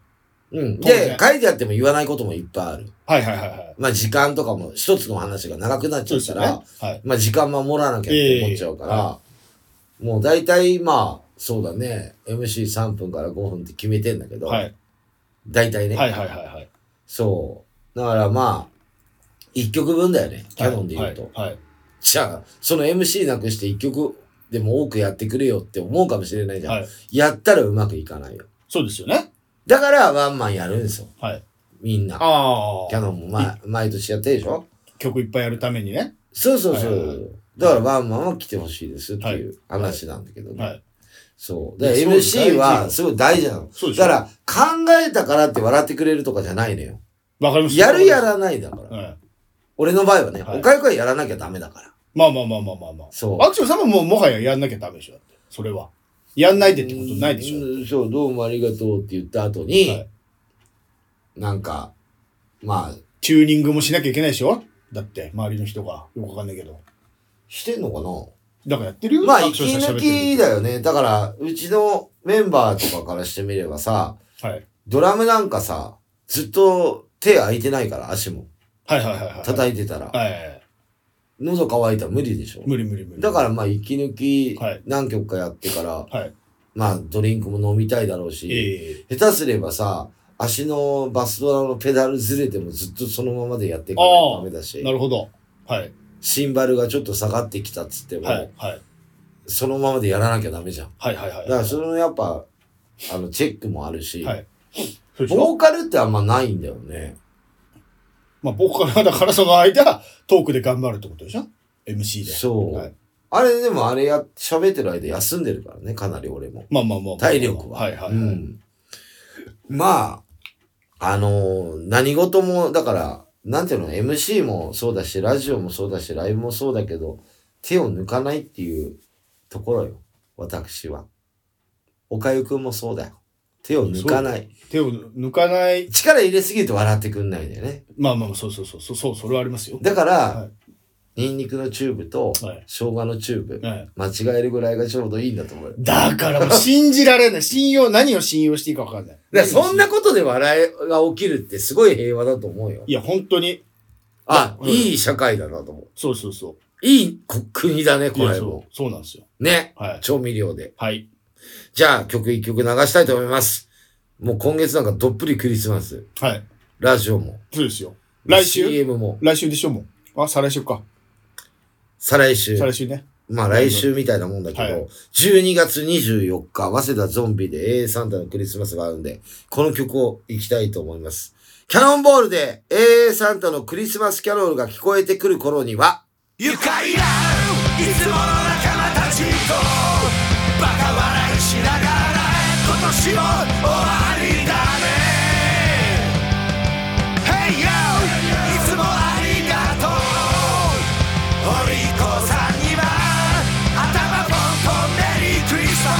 Speaker 1: うん。
Speaker 2: 当
Speaker 1: で
Speaker 2: 然、
Speaker 1: 書いてあっても言わないこともいっぱいある。
Speaker 2: はいはいはいはい。
Speaker 1: まあ時間とかも一つの話が長くなっち
Speaker 2: そ
Speaker 1: ゃっ
Speaker 2: うです
Speaker 1: た
Speaker 2: よ
Speaker 1: ら、
Speaker 2: ね。はい。
Speaker 1: まあ時間守らなきゃって思っちゃうから、
Speaker 2: ええ
Speaker 1: もう大体まあ、そうだね、MC3 分から5分って決めてんだけど、
Speaker 2: はい。
Speaker 1: 大体ね、
Speaker 2: はいはいはいはい。
Speaker 1: そう。だからまあ、1曲分だよね、キャノンで言うと。
Speaker 2: はい。はい
Speaker 1: じゃあ、その MC なくして1曲でも多くやってくれよって思うかもしれないじゃん。
Speaker 2: はい。
Speaker 1: やったらうまくいかないよ。
Speaker 2: そうですよね。
Speaker 1: だからワンマンやるんですよ、
Speaker 2: はい。
Speaker 1: みんな。
Speaker 2: あ
Speaker 1: キャ
Speaker 2: あ。
Speaker 1: ノンも、ま、毎年やってるでしょ
Speaker 2: 曲いっぱいやるためにね。
Speaker 1: そうそうそう。
Speaker 2: はいはいはい
Speaker 1: だからワンマンは来てほしいですっていう話なんだけどね。
Speaker 2: はい。
Speaker 1: そう。だから
Speaker 2: そうです大
Speaker 1: MC
Speaker 2: 事
Speaker 1: はすごい大事なの。
Speaker 2: そうです
Speaker 1: だ
Speaker 2: よ
Speaker 1: から考えたからって笑ってくれるとかじゃないのよ。
Speaker 2: わかります
Speaker 1: やるや。らないだから。
Speaker 2: うん。
Speaker 1: 俺の場合はね、
Speaker 2: はい
Speaker 1: おかゆくはやらなきゃダメだから。
Speaker 2: まあまあまあまあまあまあ。
Speaker 1: そう。
Speaker 2: アクションさんももうもはややんなきゃダメでしょ。だってそれは。やんないでってことないでし
Speaker 1: ょ。
Speaker 2: ょ。
Speaker 1: そう、どうもありがとうって言った後に、
Speaker 2: はい
Speaker 1: なんか、まあ、
Speaker 2: チューニングもしなきゃいけないでしょだって、周りの人が。よくわかんないけど。
Speaker 1: してんのか
Speaker 2: だからやってるよ。
Speaker 1: なまあ、
Speaker 2: アクシ
Speaker 1: 息
Speaker 2: ョンさ
Speaker 1: 抜
Speaker 2: ん喋って
Speaker 1: き
Speaker 2: る
Speaker 1: だよね。だから、うちのメンバーとかからしてみればさ、
Speaker 2: 時はい。
Speaker 1: ドラムなんかさ、ずっと手空いてないから、足も。
Speaker 2: はいはいはいはい。
Speaker 1: 叩いてたら。
Speaker 2: はいはいはい。
Speaker 1: 喉乾いたら無理でしょ。
Speaker 2: 無理無理無理。
Speaker 1: だからまあ息抜き
Speaker 2: はい
Speaker 1: 何曲かやってから、
Speaker 2: ら。はい。
Speaker 1: まあドリンクも飲みたいだろうし、
Speaker 2: ええ。
Speaker 1: 下手すればさ、足のバスドラのペダルずれてもずっとそのままでやっていかないとダメだし
Speaker 2: な、るほど。はい。
Speaker 1: シンバルがちょっと下がってきたっつっても、
Speaker 2: はい。はい。
Speaker 1: そのままでやらなきゃダメじゃん。
Speaker 2: はいはいはい。
Speaker 1: だからそのやっぱ、あのチェックもあるし、
Speaker 2: はい。そうでしょ
Speaker 1: ボーカルってあんまないんだよね。
Speaker 2: まあ、僕からだからその間、トークで頑張るってことでしょ ?MC で。
Speaker 1: そう。
Speaker 2: はい
Speaker 1: あれでもあれや、喋ってる間休んでるからね、かなり俺も。
Speaker 2: まあまあまあまあ。
Speaker 1: 体力は。
Speaker 2: はいはいは
Speaker 1: う
Speaker 2: い。
Speaker 1: んまあ、あのー何事も、だから、なんていうの、MC もそうだし、ラジオもそうだし、ライブもそうだけど、手を抜かないっていうところよ、私は。おかゆくんもそうだよ。手を抜かない。
Speaker 2: 手を抜かない。
Speaker 1: 力入れすぎると笑ってくんないんだよね。
Speaker 2: まあまあまあ、そうそうそう。そう、そうそれはありますよ。
Speaker 1: だから、
Speaker 2: は
Speaker 1: ニンニクのチューブと、
Speaker 2: はい。
Speaker 1: 生姜のチューブ、
Speaker 2: はい。
Speaker 1: 間違えるぐらいがちょうどいいんだと思うよ。
Speaker 2: だからもう信じられない。信用、何を信用していいかわかんな
Speaker 1: だ
Speaker 2: い。
Speaker 1: からそんなことで笑いが起きるってすごい平和だと思うよ。
Speaker 2: いや、本当に。
Speaker 1: あ、
Speaker 2: うん
Speaker 1: いい社会だなと思う。
Speaker 2: そうそうそ
Speaker 1: いいこ国だね、
Speaker 2: う。い
Speaker 1: こ
Speaker 2: や、
Speaker 1: れ
Speaker 2: そ
Speaker 1: も。
Speaker 2: う。そうなんですよ。
Speaker 1: ね。
Speaker 2: はい。
Speaker 1: 調味料で。
Speaker 2: はい。
Speaker 1: じゃあ、曲一曲流したいと思います。もう今月なんかどっぷりクリスマス。
Speaker 2: はい。
Speaker 1: ラジオも。
Speaker 2: そうですよ。来週
Speaker 1: ?CM も。
Speaker 2: 来週でしょもう。あ、再来週か。
Speaker 1: 再来週。
Speaker 2: 再来週ね。
Speaker 1: まあ来週みたいなもんだけど、
Speaker 2: はい
Speaker 1: 12月24日、早稲田ゾンビで A サンタのクリスマスがあるんで、この曲を行きたいと思います。キャノンボールで A サンタのクリスマスキャロルが聞こえてくる頃には、
Speaker 3: 愉快ないつもの仲間たちとバカ笑いしながら今年も終わりだね Hey yo いつもありがとう堀子さんには頭ポンポンメリークリスマ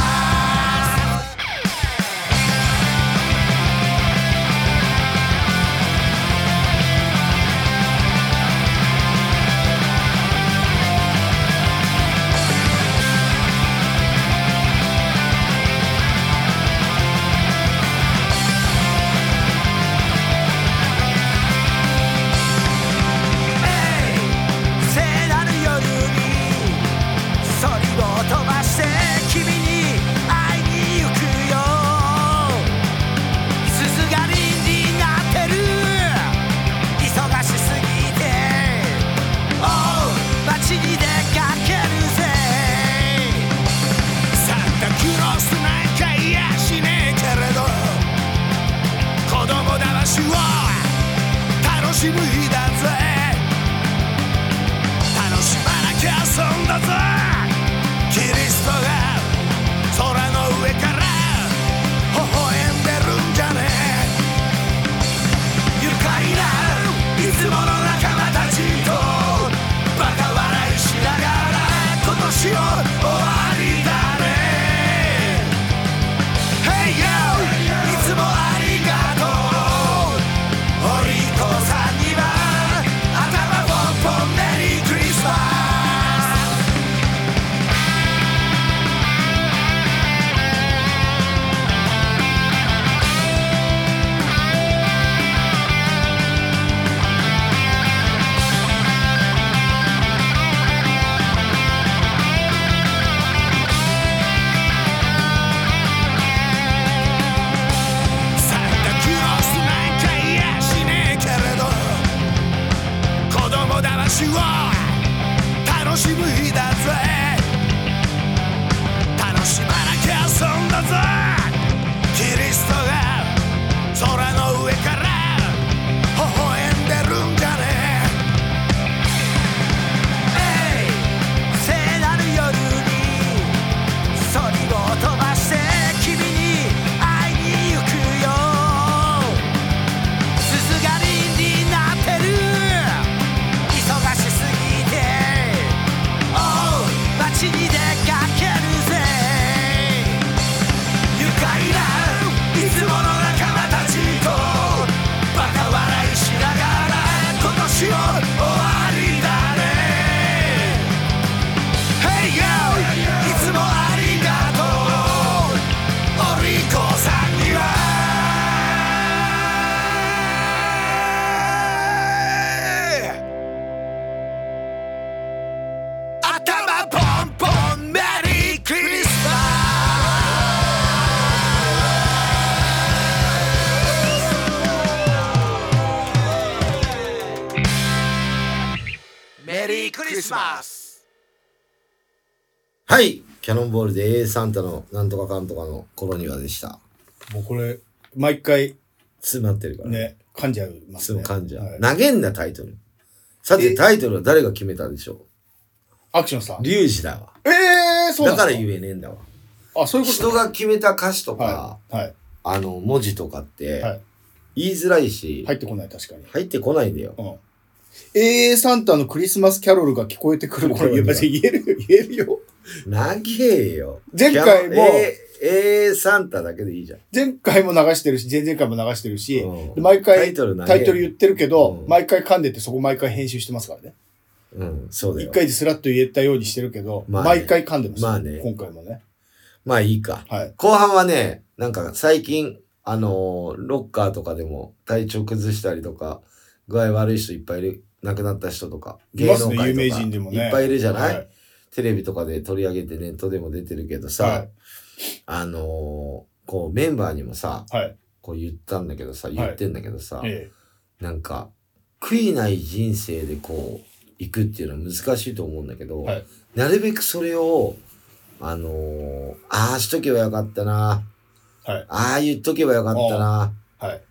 Speaker 3: ス「日は楽しむ日だぜ楽しまなきゃ損だぜキリストが空の上から微笑んでるんじゃねえ聖なる夜にそりを飛ばして君に会いに行くよ鈴が凛になってる忙しすぎて Oh 街に出かけるぜ愉快ないつもの仲間たちとバカ笑いしながら今年を終わりだね Hey yo いつもありがとうお利口さんには頭ポンポンメリークリスマスメリークリスマス
Speaker 1: はい。キャノンボールで A サンタのなんとかかんとかの頃にはでした。
Speaker 2: もうこれ、毎回
Speaker 1: 詰まってるから。
Speaker 2: ね、噛んじゃいます
Speaker 1: 詰
Speaker 2: ね。
Speaker 1: む感じは。
Speaker 2: はい
Speaker 1: 投げんなタイトル。さて、
Speaker 2: え
Speaker 1: タイトルは誰が決めたでしょ
Speaker 2: アクションさん
Speaker 1: う。リュウジだわ。
Speaker 2: ええー、そうな
Speaker 1: だ
Speaker 2: ん
Speaker 1: か
Speaker 2: ですから
Speaker 1: 言えねえんだわ。
Speaker 2: あ、そういうこと
Speaker 1: 人が決めた歌詞とか、
Speaker 2: はい。はい。
Speaker 1: あの、文字とかって、
Speaker 2: はい
Speaker 1: 言いづらいし、
Speaker 2: 入ってこない、確かに。
Speaker 1: 入ってこないんだよ。
Speaker 2: うん。AA サンタのクリスマスキャロルが聞こえてくる頃
Speaker 1: 聞こえて
Speaker 2: に、
Speaker 1: くる
Speaker 2: 別に言えるよ、 [LAUGHS] 言えるよ。
Speaker 1: 長えよ。
Speaker 2: 前回も
Speaker 1: キャノン A, A サンタだけでいいじゃん。
Speaker 2: 前回も流してるし、前々回も流してるし、
Speaker 1: うん
Speaker 2: で毎
Speaker 1: タ
Speaker 2: 回
Speaker 1: イトル長い
Speaker 2: タイトル言ってるけど、
Speaker 1: うん
Speaker 2: 毎回噛んでてそこ毎回編集してますからね。
Speaker 1: うん、そうだ
Speaker 2: 一
Speaker 1: よ。
Speaker 2: 回でスラッと言えたようにしてるけど、
Speaker 1: まあね
Speaker 2: 毎回噛んでます、
Speaker 1: まあね
Speaker 2: 今回もね。
Speaker 1: まあいいか。
Speaker 2: はい。
Speaker 1: 後半はね、なんか最近、あのーロッカーとかでも体調崩したりとか、具合悪い人いっぱいいる、亡くなった人とか、
Speaker 2: い
Speaker 1: 芸
Speaker 2: ま
Speaker 1: 能
Speaker 2: すね、
Speaker 1: 界
Speaker 2: 有
Speaker 1: とか
Speaker 2: 名人でもね。
Speaker 1: いっぱいいるじゃない、
Speaker 2: はい
Speaker 1: テレビとかで取り上げてネットでも出てるけどさ、
Speaker 2: はい
Speaker 1: あのーこうメンバーにもさ、
Speaker 2: はい
Speaker 1: こう言ったんだけどさ、
Speaker 2: い
Speaker 1: 言ってんだけどさ、
Speaker 2: え
Speaker 1: なんか、悔いない人生でこう、行くっていうのは難しいと思うんだけど、
Speaker 2: はい
Speaker 1: なるべくそれを、あのーああしとけばよかったな、
Speaker 2: はい
Speaker 1: ああ言っとけばよかったな、
Speaker 2: えはい。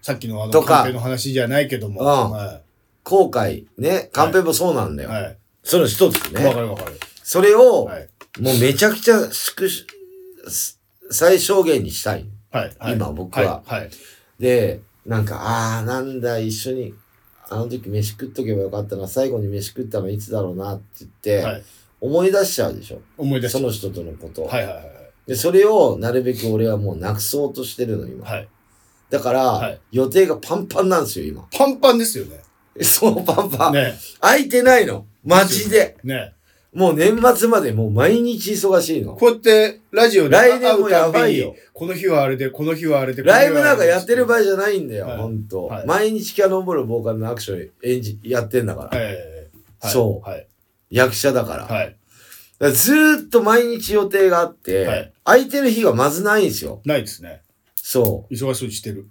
Speaker 2: さっきのあの、
Speaker 1: とか
Speaker 2: 関係の話じゃないけども。
Speaker 1: うん
Speaker 2: は
Speaker 1: 後悔、ね、カンペもそうなんだ
Speaker 2: い。
Speaker 1: よ。
Speaker 2: はい。
Speaker 1: その一つ
Speaker 2: わか
Speaker 1: ね。
Speaker 2: るわかる。
Speaker 1: それを、
Speaker 2: はい。
Speaker 1: もうめちゃくちゃ少し、す最小限にしたい。
Speaker 2: はい。い
Speaker 1: 今僕は
Speaker 2: はい。はい。
Speaker 1: で、なんか、ああ、なんだ、一緒に、あの時飯食っとけばよかったな、最後に飯食ったのいつだろうなって言って、
Speaker 2: はい
Speaker 1: 思い出しちゃうでしょ。
Speaker 2: 思い出し
Speaker 1: そ
Speaker 2: た。
Speaker 1: の人とのことを、
Speaker 2: はいはいはい
Speaker 1: で、それをなるべく俺はもうなくそうとしてるの、今。
Speaker 2: はい。はい。
Speaker 1: だから、
Speaker 2: はい
Speaker 1: 予定がパンパンなんですよ、今。 [LAUGHS]
Speaker 2: パンパンですよね。
Speaker 1: そう、パンパン。
Speaker 2: ね
Speaker 1: 空いてないの。マジで。
Speaker 2: え。ねえ。
Speaker 1: もう年末までもう毎日忙しいの。
Speaker 2: こうやって、ラジオで
Speaker 1: 来年
Speaker 2: 会
Speaker 1: も
Speaker 2: うた
Speaker 1: や
Speaker 2: んび
Speaker 1: ばい
Speaker 2: に
Speaker 1: よ
Speaker 2: この日はあれで、この日はあれで。
Speaker 1: ライブなんかやってる場
Speaker 2: 合。
Speaker 1: 合じゃないんだよ、
Speaker 2: はい
Speaker 1: ほんと。
Speaker 2: はい
Speaker 1: 毎日キャノンボールボーカルのアクション演じ、やってんだから。
Speaker 2: ええ
Speaker 1: そう
Speaker 2: はい。
Speaker 1: 役者だから。だか
Speaker 2: はい。
Speaker 1: らずーっと毎日予定があって、
Speaker 2: はい
Speaker 1: 空いてる日がまずないんですよ。
Speaker 2: ないですね。
Speaker 1: そ
Speaker 2: 忙しそうにしてる。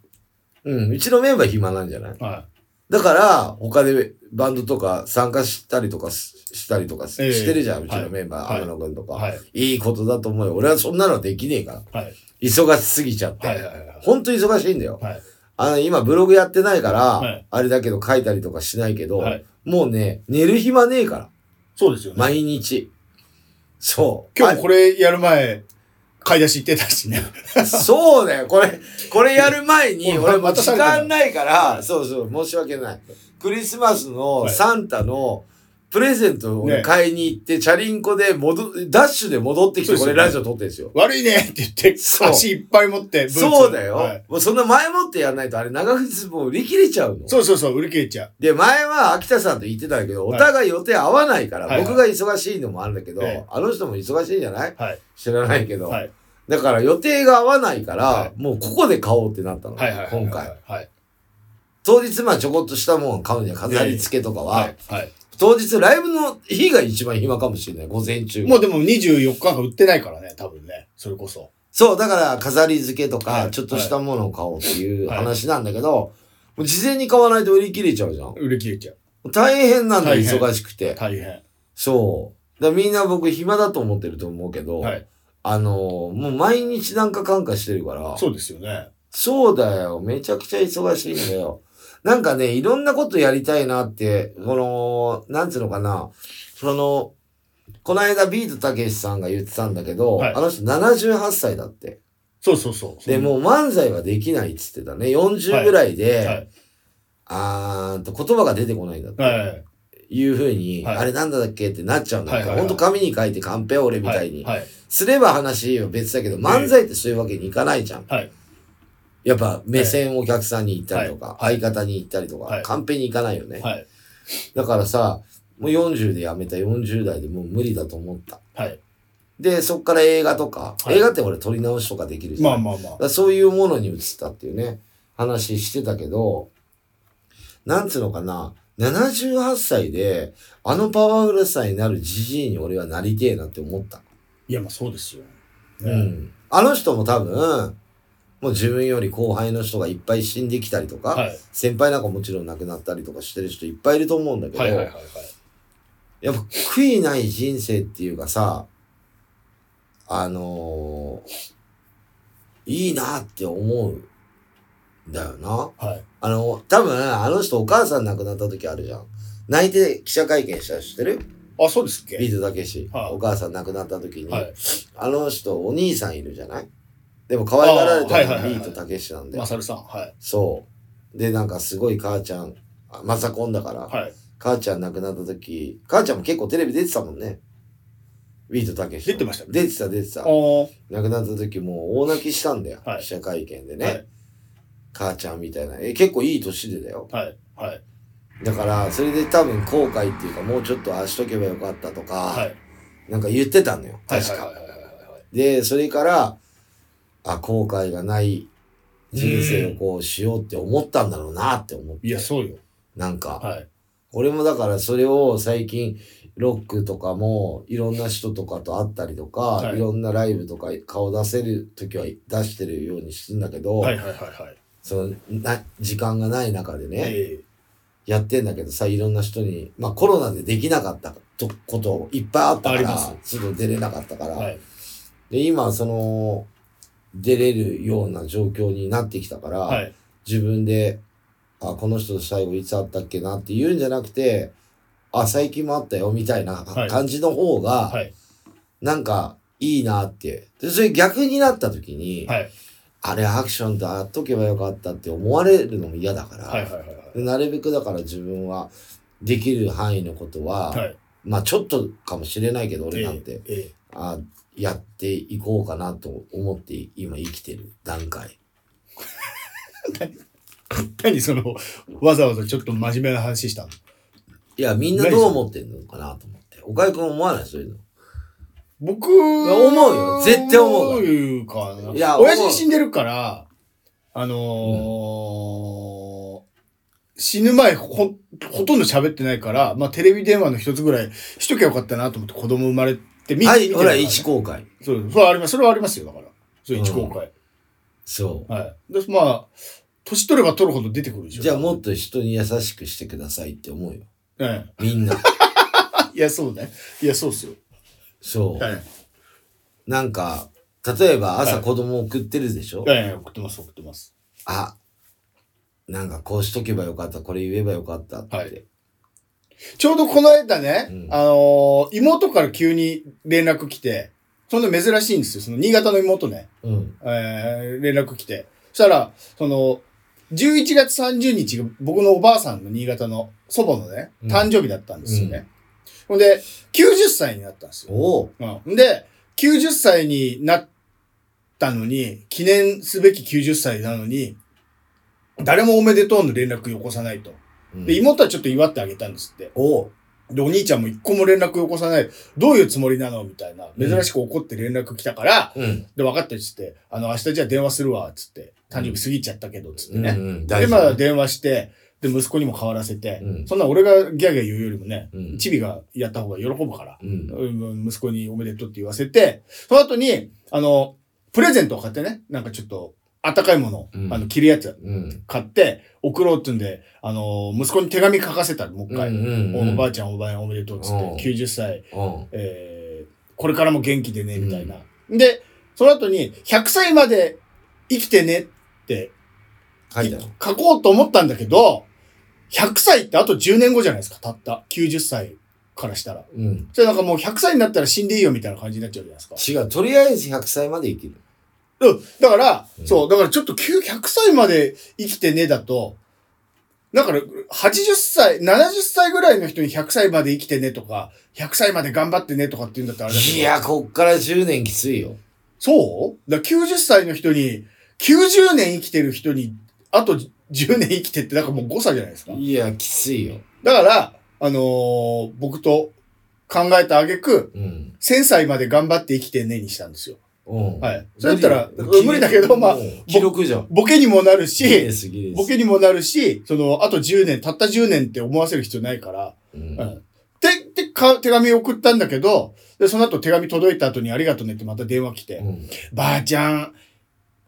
Speaker 1: う。うん。うちのメンバー暇なんじゃない
Speaker 2: は
Speaker 1: だから、他でバンドとか参加したりとかししたりとかし
Speaker 2: ええ
Speaker 1: してるじゃん、うち
Speaker 2: は
Speaker 1: の
Speaker 2: い
Speaker 1: メンバー、
Speaker 2: はい
Speaker 1: 天野くんと
Speaker 2: い。
Speaker 1: か、
Speaker 2: はい。
Speaker 1: い。いことだと思うよ。俺はそんなのできねえから。
Speaker 2: はい。
Speaker 1: 忙しすぎちゃって。
Speaker 2: はい。はい。はい
Speaker 1: ほんと忙しいんだよ。
Speaker 2: はい。
Speaker 1: あの、今ブログやってないから、
Speaker 2: はい
Speaker 1: あれだけど書いたりとかしないけど、
Speaker 2: はい
Speaker 1: もうね、寝る暇ねえから。
Speaker 2: そうですよね。
Speaker 1: 毎日。そう。
Speaker 2: 今日もこれやる前、買い出し行ってたしね。
Speaker 1: [LAUGHS] あそうだよ。これ、これやる前
Speaker 2: [LAUGHS]
Speaker 1: に、
Speaker 2: 俺
Speaker 1: 俺もう時間ないか
Speaker 2: ま
Speaker 1: ら、
Speaker 2: た
Speaker 1: そうそう、申し訳ない。クリスマスの
Speaker 2: はい
Speaker 1: サンタのプレゼントを俺
Speaker 2: ね
Speaker 1: 買いに行って、チャリンコで戻、ダッシュで戻ってきて、
Speaker 2: そ
Speaker 1: こ
Speaker 2: うで
Speaker 1: れ
Speaker 2: すよね
Speaker 1: ラジオ撮ってんですよ。
Speaker 2: 悪いねって言って、
Speaker 1: そう
Speaker 2: 足いっぱい持って、ブーツ
Speaker 1: そうだよ。
Speaker 2: はい
Speaker 1: もうそんな前もってやんないと、あれ長靴もう売り切れちゃうの。
Speaker 2: そうそうそう、売り切れちゃう。
Speaker 1: で、前は秋田さんと言ってたけど、お
Speaker 2: はい
Speaker 1: 互い予定合わないから、
Speaker 2: はいはい
Speaker 1: 僕が忙しいのもあるんだけど、
Speaker 2: ええ
Speaker 1: あの人も忙しいんじゃない
Speaker 2: はい。
Speaker 1: 知らないけど。
Speaker 2: はい。
Speaker 1: だから予定が合わないから、
Speaker 2: は
Speaker 1: もうここで買おうってなったの。
Speaker 2: はい。はい。
Speaker 1: 今回。。
Speaker 2: はい。
Speaker 1: 当日まあちょこっとしたもん買うには飾り付けとかは、
Speaker 2: はい。はい。
Speaker 1: 当日ライブの日が一番暇かもしれない、午前中。
Speaker 2: もうでも24日が売ってないからね、多分ね。それこそ。
Speaker 1: そう、だから飾り付けと
Speaker 2: は
Speaker 1: か、
Speaker 2: い
Speaker 1: ちょっとしたものを買おうっていう
Speaker 2: はい
Speaker 1: 話なんだけど、もう事前に買わないと売り切れちゃうじゃん。
Speaker 2: 売り切れちゃう。
Speaker 1: 大変なんだ、
Speaker 2: 大変
Speaker 1: 忙しくて。
Speaker 2: 大変。
Speaker 1: そう。だからみんな僕暇だと思ってると思うけど、
Speaker 2: はい。
Speaker 1: あの、もう毎日なんかかんかしてるから、
Speaker 2: そうですよね。
Speaker 1: そうだよ。めちゃくちゃ忙しいんだよ。なんかね、いろんなことやりたいなって、この、なんつうのかな。その、この間ビートたけしさんが言ってたんだけど、
Speaker 2: はい
Speaker 1: あの人78歳だって。
Speaker 2: そうそうそう。
Speaker 1: で、もう漫才はできないっつってたね。40ぐらいで、
Speaker 2: はい。
Speaker 1: あーんと言葉が出てこないんだって。
Speaker 2: はい。
Speaker 1: いうふうに、
Speaker 2: はい
Speaker 1: あれなんだっけってなっちゃうんだって。
Speaker 2: はいはいはい
Speaker 1: ほんと紙に書いてカンペ俺みたいに。
Speaker 2: はい。
Speaker 1: すれば話は別だけど、漫才ってそういうわけにいかないじゃん。
Speaker 2: はい。
Speaker 1: やっぱ目線をお客さんに行ったりとか、
Speaker 2: はい
Speaker 1: 相方に行ったりとか、
Speaker 2: はい
Speaker 1: カンペに行かないよね。
Speaker 2: はい。
Speaker 1: だからさ、もう40で辞めた40代でもう無理だと思った。
Speaker 2: はい。
Speaker 1: で、そっから映画とか、
Speaker 2: はい
Speaker 1: 映画って俺撮り直しとかできるじゃん。
Speaker 2: まあまあまあ
Speaker 1: だか。らそういうものに移ったっていうね、話してたけど、なんつうのかな、78歳で、あのパワフルさになるじじいに俺はなりてえなって思った。
Speaker 2: いや、まあそうですよ。
Speaker 1: う
Speaker 2: ね
Speaker 1: ん。あの人も多分、もう自分より後輩の人がいっぱい死んできたりとか、
Speaker 2: はい。
Speaker 1: 先輩なんかもちろん亡くなったりとかしてる人いっぱいいると思うんだけど、
Speaker 2: はいはいはいはい。
Speaker 1: やっぱ悔いない人生っていうかさ、あのーいいなって思うんだよな。
Speaker 2: はい。
Speaker 1: あの、多分、あの人お母さん亡くなった時あるじゃん。泣いて記者会見したの知ってる
Speaker 2: あ、そうですっけ
Speaker 1: ビートたけし。
Speaker 2: はい
Speaker 1: お母さん亡くなった時に、
Speaker 2: はい。
Speaker 1: あの人お兄さんいるじゃないでも可愛がられたの
Speaker 2: あーはい
Speaker 1: が
Speaker 2: はいはい
Speaker 1: ビ
Speaker 2: はい
Speaker 1: ートたけしなんだよ
Speaker 2: マ。サルさん。はい。
Speaker 1: そう。で、なんかすごい母ちゃん、あマサコンだから、
Speaker 2: はい。
Speaker 1: 母ちゃん亡くなった時、母ちゃんも結構テレビ出てたもんね。ビートたけし。
Speaker 2: 出てましたね
Speaker 1: 出てた出てた。
Speaker 2: おー。
Speaker 1: 亡くなった時もう大泣きしたんだよ。
Speaker 2: はい
Speaker 1: 記者会見でね、
Speaker 2: はい。
Speaker 1: 母ちゃんみたいな。え、結構いい年でだよ。
Speaker 2: はい。はい。
Speaker 1: だから、それで多分後悔っていうか、もうちょっとああしとけばよかったとか、
Speaker 2: はい。
Speaker 1: なんか言ってたのよ。確か。
Speaker 2: はいはいはいはいはい。
Speaker 1: で、それから、あ、後悔がない人生をこうしようって思ったんだろうなって思って。
Speaker 2: いや、そうよ。
Speaker 1: なんか、
Speaker 2: はい。
Speaker 1: 俺もだからそれを最近、ロックとかも、いろんな人とかと会ったりとか、、
Speaker 2: はいい
Speaker 1: ろんなライブとか顔出せるときは出してるようにしてんだけど、
Speaker 2: はいはいはいはい。
Speaker 1: そのな、時間がない中でね、
Speaker 2: ええ
Speaker 1: やってんだけどさ、いろんな人に、まあコロナでできなかったとこといっぱいあった
Speaker 2: あ
Speaker 1: か
Speaker 2: り
Speaker 1: ら
Speaker 2: ます、
Speaker 1: ちょっと出れなかったから、
Speaker 2: はい。
Speaker 1: で、今その、出れるような状況になってきたから、
Speaker 2: はい。
Speaker 1: 自分で、あ、この人と最後いつ会ったっけなって言うんじゃなくて、あ、最近もあったよみたいな
Speaker 2: はい
Speaker 1: 感じの方が、
Speaker 2: はい。
Speaker 1: なんかいいなって。で、それ逆になった時に、
Speaker 2: はい。
Speaker 1: あれアクションと会っとけばよかったって思われるのも嫌だから、
Speaker 2: はいはいはい
Speaker 1: でなるべくだから自分はできる範囲のことは、
Speaker 2: はい。はい。
Speaker 1: まあちょっとかもしれないけど俺なんて、
Speaker 2: ええ。
Speaker 1: あやっていこうかなと思って今生きてる段階。
Speaker 2: 何その、わざわざちょっと真面目な話したの
Speaker 1: いや、みんなどう思ってんのかなと思って。岡井くん思わないそういう
Speaker 2: 僕
Speaker 1: 思うよ絶対思う
Speaker 2: 思うかな。
Speaker 1: いや
Speaker 2: 親
Speaker 1: 思う
Speaker 2: 父死んでるから、あのー死ぬ前ほ、ほとんど喋ってないから、まあテレビ電話の一つぐらいしときゃよかったなと思って子供生まれて見
Speaker 1: の。はい、
Speaker 2: 見てる
Speaker 1: ほ、
Speaker 2: からね
Speaker 1: 一公開。
Speaker 2: そう、それはあります。それはありますよ、だから。そう、一公開。
Speaker 1: そう。
Speaker 2: はい。で、まあ、年取れば取るほど出てくるでしょ。
Speaker 1: じゃあもっと人に優しくしてくださいって思うよ。
Speaker 2: はい。
Speaker 1: みん
Speaker 2: [LAUGHS]
Speaker 1: な。
Speaker 2: いや、そうね。いや、そうっすよ。
Speaker 1: そ
Speaker 2: は
Speaker 1: う。
Speaker 2: い。
Speaker 1: なんか、例えば朝
Speaker 2: はい
Speaker 1: 子供送ってるでしょ、
Speaker 2: はいはい、送ってます、送ってます。
Speaker 1: あ、なんかこうしとけばよかった、これ言えばよかったって。
Speaker 2: はいちょうどこの間ね、
Speaker 1: うん
Speaker 2: あのー妹から急に連絡来て、そんな珍しいんですよ。その新潟の妹ね、
Speaker 1: うん。
Speaker 2: えー連絡来て。そしたら、その、11月30日が僕のおばあさんの新潟の祖母のね、
Speaker 1: うん
Speaker 2: 誕生日だったんですよね。ほんで、90歳になったんですよ。
Speaker 1: おう
Speaker 2: うん。で、90歳になったのに、記念すべき90歳なのに、誰もおめでとうの連絡よこさないと。
Speaker 1: うん
Speaker 2: で、妹はちょっと祝ってあげたんですって。
Speaker 1: おう
Speaker 2: で、お兄ちゃんも一個も連絡よこさない。どういうつもりなのみたいな。
Speaker 1: うん
Speaker 2: 珍しく怒って連絡来たから、
Speaker 1: うん。
Speaker 2: で、分かったっつって、あの、明日じゃあ電話するわ、つって。誕生日過ぎちゃったけど、つって
Speaker 1: うんう
Speaker 2: ね。
Speaker 1: ん。
Speaker 2: で、
Speaker 1: 大
Speaker 2: まあ
Speaker 1: 丈夫。
Speaker 2: 電話して、で、息子にも変わらせて、
Speaker 1: うん
Speaker 2: そんな俺がギャーギャー言うよりもね、
Speaker 1: うん
Speaker 2: チビがやった方が喜ぶから、
Speaker 1: うん。
Speaker 2: うん息子におめでとうって言わせて、その後に、あの、プレゼントを買ってね、なんかちょっと、あったかいもの、
Speaker 1: うん
Speaker 2: あの、着るやつ
Speaker 1: うん。
Speaker 2: 買って、送ろうってんで、あの、息子に手紙書かせたの、もう一回。
Speaker 1: うんうんうん
Speaker 2: おおばあちゃん、おばあちゃんおめでとうっつって、
Speaker 1: うん
Speaker 2: 90歳、
Speaker 1: うん。
Speaker 2: えー、これからも元気でね、みたいな。で、その後に、100歳まで生きてねって
Speaker 1: 書いてある。
Speaker 2: 書こうと思ったんだけど、100歳ってあと10年後じゃないですか、たった。90歳からしたら。
Speaker 1: うん。
Speaker 2: じゃあなんかもう100歳になったら死んでいいよみたいな感じになっちゃうじゃないですか。
Speaker 1: 違う。とりあえず100歳まで生きる。
Speaker 2: うん。だから、
Speaker 1: うん
Speaker 2: そう、だからちょっと9 100歳まで生きてねだと、だから、80歳、70歳ぐらいの人に100歳まで生きてねとか、100歳まで頑張ってねとかって言うんだったらあれだけど。
Speaker 1: いや、こっから10年きついよ。
Speaker 2: そうだから90歳の人に、90年生きてる人に、あと10年生きてって、だからもう誤差じゃないですか。
Speaker 1: いや、きついよ。
Speaker 2: だから、あのー僕と考えた挙句、
Speaker 1: うん。
Speaker 2: 1000歳まで頑張って生きてねにしたんですよ。
Speaker 1: うん。
Speaker 2: はい。それだったら、無理だけど、まあ、
Speaker 1: 記録じゃん。
Speaker 2: ボケにもなる
Speaker 1: ギリ
Speaker 2: し
Speaker 1: で、す、ギリです。
Speaker 2: ボケにもなるし、その、あと10年、たった10年って思わせる必要ないから、
Speaker 1: うん
Speaker 2: うん。で、で、か、手紙送ったんだけど、で、その後手紙届いた後にありがとうねってまた電話来て、
Speaker 1: うん
Speaker 2: ばあちゃん、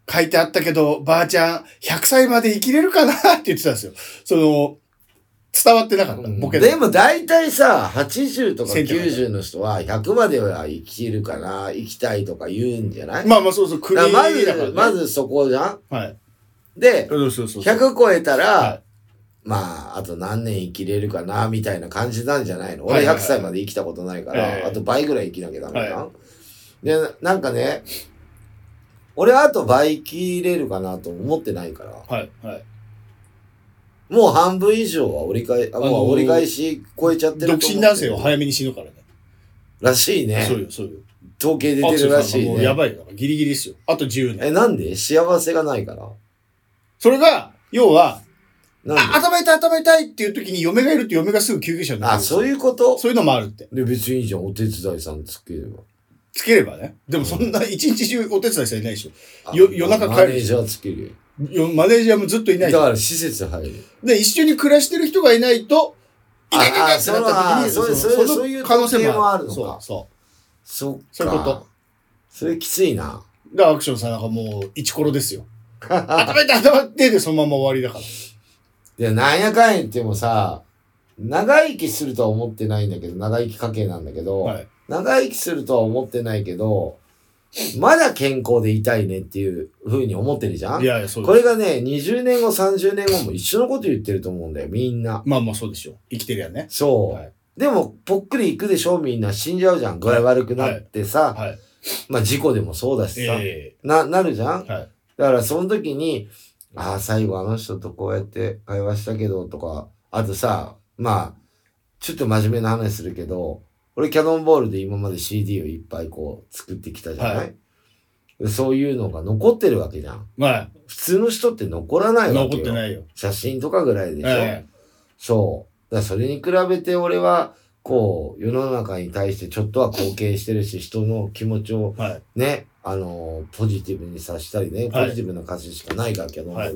Speaker 2: 書いてあったけど、ばあちゃん、100歳まで生きれるかなって言ってたんですよ。その、伝わってなかった、ボケ
Speaker 1: で
Speaker 2: で。
Speaker 1: も大体さ、80とか
Speaker 2: 選挙
Speaker 1: 90の人は、100までは生きるかな、生きたいとか言うんじゃない、
Speaker 2: まあまあそうそう、国
Speaker 1: だ
Speaker 2: だ
Speaker 1: か
Speaker 2: か
Speaker 1: ま
Speaker 2: らら、ね。
Speaker 1: ず、まずそこじゃん
Speaker 2: はい。
Speaker 1: で、
Speaker 2: そうそうそう。
Speaker 1: 100超えたら、
Speaker 2: は
Speaker 1: まあ、あと何年生きれるかな、みたいな感じなんじゃないの、
Speaker 2: はいはいはい
Speaker 1: 俺100歳まで生きたことないから、
Speaker 2: はいはい
Speaker 1: あと倍ぐらい生きなきゃダメだ、
Speaker 2: は
Speaker 1: で、なんかね、俺はあと倍生きれるかなと思ってないから、
Speaker 2: はい。はい。
Speaker 1: もう半分以上は折り返、あ
Speaker 2: あの
Speaker 1: も
Speaker 2: ー
Speaker 1: う折り返し超えちゃってると思
Speaker 2: 独
Speaker 1: う
Speaker 2: 身男性は早めに死ぬからね。
Speaker 1: らしいね
Speaker 2: そ。うよ、そうよ。
Speaker 1: 統計出てるらしい
Speaker 2: アクセルさんがもうや
Speaker 1: ね。
Speaker 2: ばいよ。だからギリギリですよ。あと10年。
Speaker 1: え、なんで幸せがないから。
Speaker 2: それが、要は、
Speaker 1: なん
Speaker 2: あ、
Speaker 1: で
Speaker 2: 頭痛い、頭痛いっていう時に嫁がいると嫁がすぐ救急車になる。
Speaker 1: あ、そう
Speaker 2: う。
Speaker 1: いうこと
Speaker 2: そういうのもあるって。
Speaker 1: で、別にいいじゃん。お手伝いさんつければ。
Speaker 2: つければね。でもそんな一日中お手伝いさんいないでしょ。
Speaker 1: あ
Speaker 2: よ夜中帰る
Speaker 1: マネージャーつけるよ。
Speaker 2: よマネージャーもずっといな
Speaker 1: だ
Speaker 2: いでしょ
Speaker 1: から施設入る。
Speaker 2: で、一緒に暮らしてる人がいないと、いないいない
Speaker 1: あ
Speaker 2: い
Speaker 1: あ
Speaker 2: ってなった時に、
Speaker 1: そうそう
Speaker 2: の
Speaker 1: そういう
Speaker 2: 可能性もある。
Speaker 1: 特典もあるのか
Speaker 2: そう。そ
Speaker 1: そっか。
Speaker 2: そういうこと。
Speaker 1: それきついな。
Speaker 2: う。だからアクションさんなんかもう、イチコロですよ。頭痛い、頭痛いでそのまま終わりだか
Speaker 1: で、なんやかんや言ってもさ、長生きするとは思ってないんだけど、長生き家系なんだけど、
Speaker 2: ら。はい。
Speaker 1: 長生きするとは思ってないけど、まだ健康でいたいねっていう風に思ってるじゃん
Speaker 2: いやいや、そうです。
Speaker 1: これがね、20年後、30年後も一緒のこと言ってると思うんだよ、みんな。
Speaker 2: まあまあそうでしょう。生きてるやね。
Speaker 1: そう。
Speaker 2: はい。
Speaker 1: でも、ぽっくりいくでしょ、みんな。死んじゃうじゃん。具合悪くなってさ、
Speaker 2: はい。
Speaker 1: まあ事故でもそうだしさ、
Speaker 2: え
Speaker 1: な、なるじゃん
Speaker 2: えはい。
Speaker 1: だからその時に、ああ、最後あの人とこうやって会話したけどとか、あとさ、まあ、ちょっと真面目な話するけど、俺キャノンボールで今まで CD をいっぱいこう作ってきたじゃない、
Speaker 2: は
Speaker 1: でそういうのが残ってるわけじゃん。
Speaker 2: ま
Speaker 1: 普通の人って残らない
Speaker 2: あ、
Speaker 1: わけよ。
Speaker 2: 残ってないよ。
Speaker 1: 写真とかぐらいでしょ、
Speaker 2: え
Speaker 1: そう。だからそれに比べて俺は、こう、世の中に対してちょっとは貢献してるし、人の気持ちを
Speaker 2: えはい。
Speaker 1: ね、あのーポジティブにさしたりね、
Speaker 2: はい
Speaker 1: ポジティブな歌詞しかないからけど、
Speaker 2: はい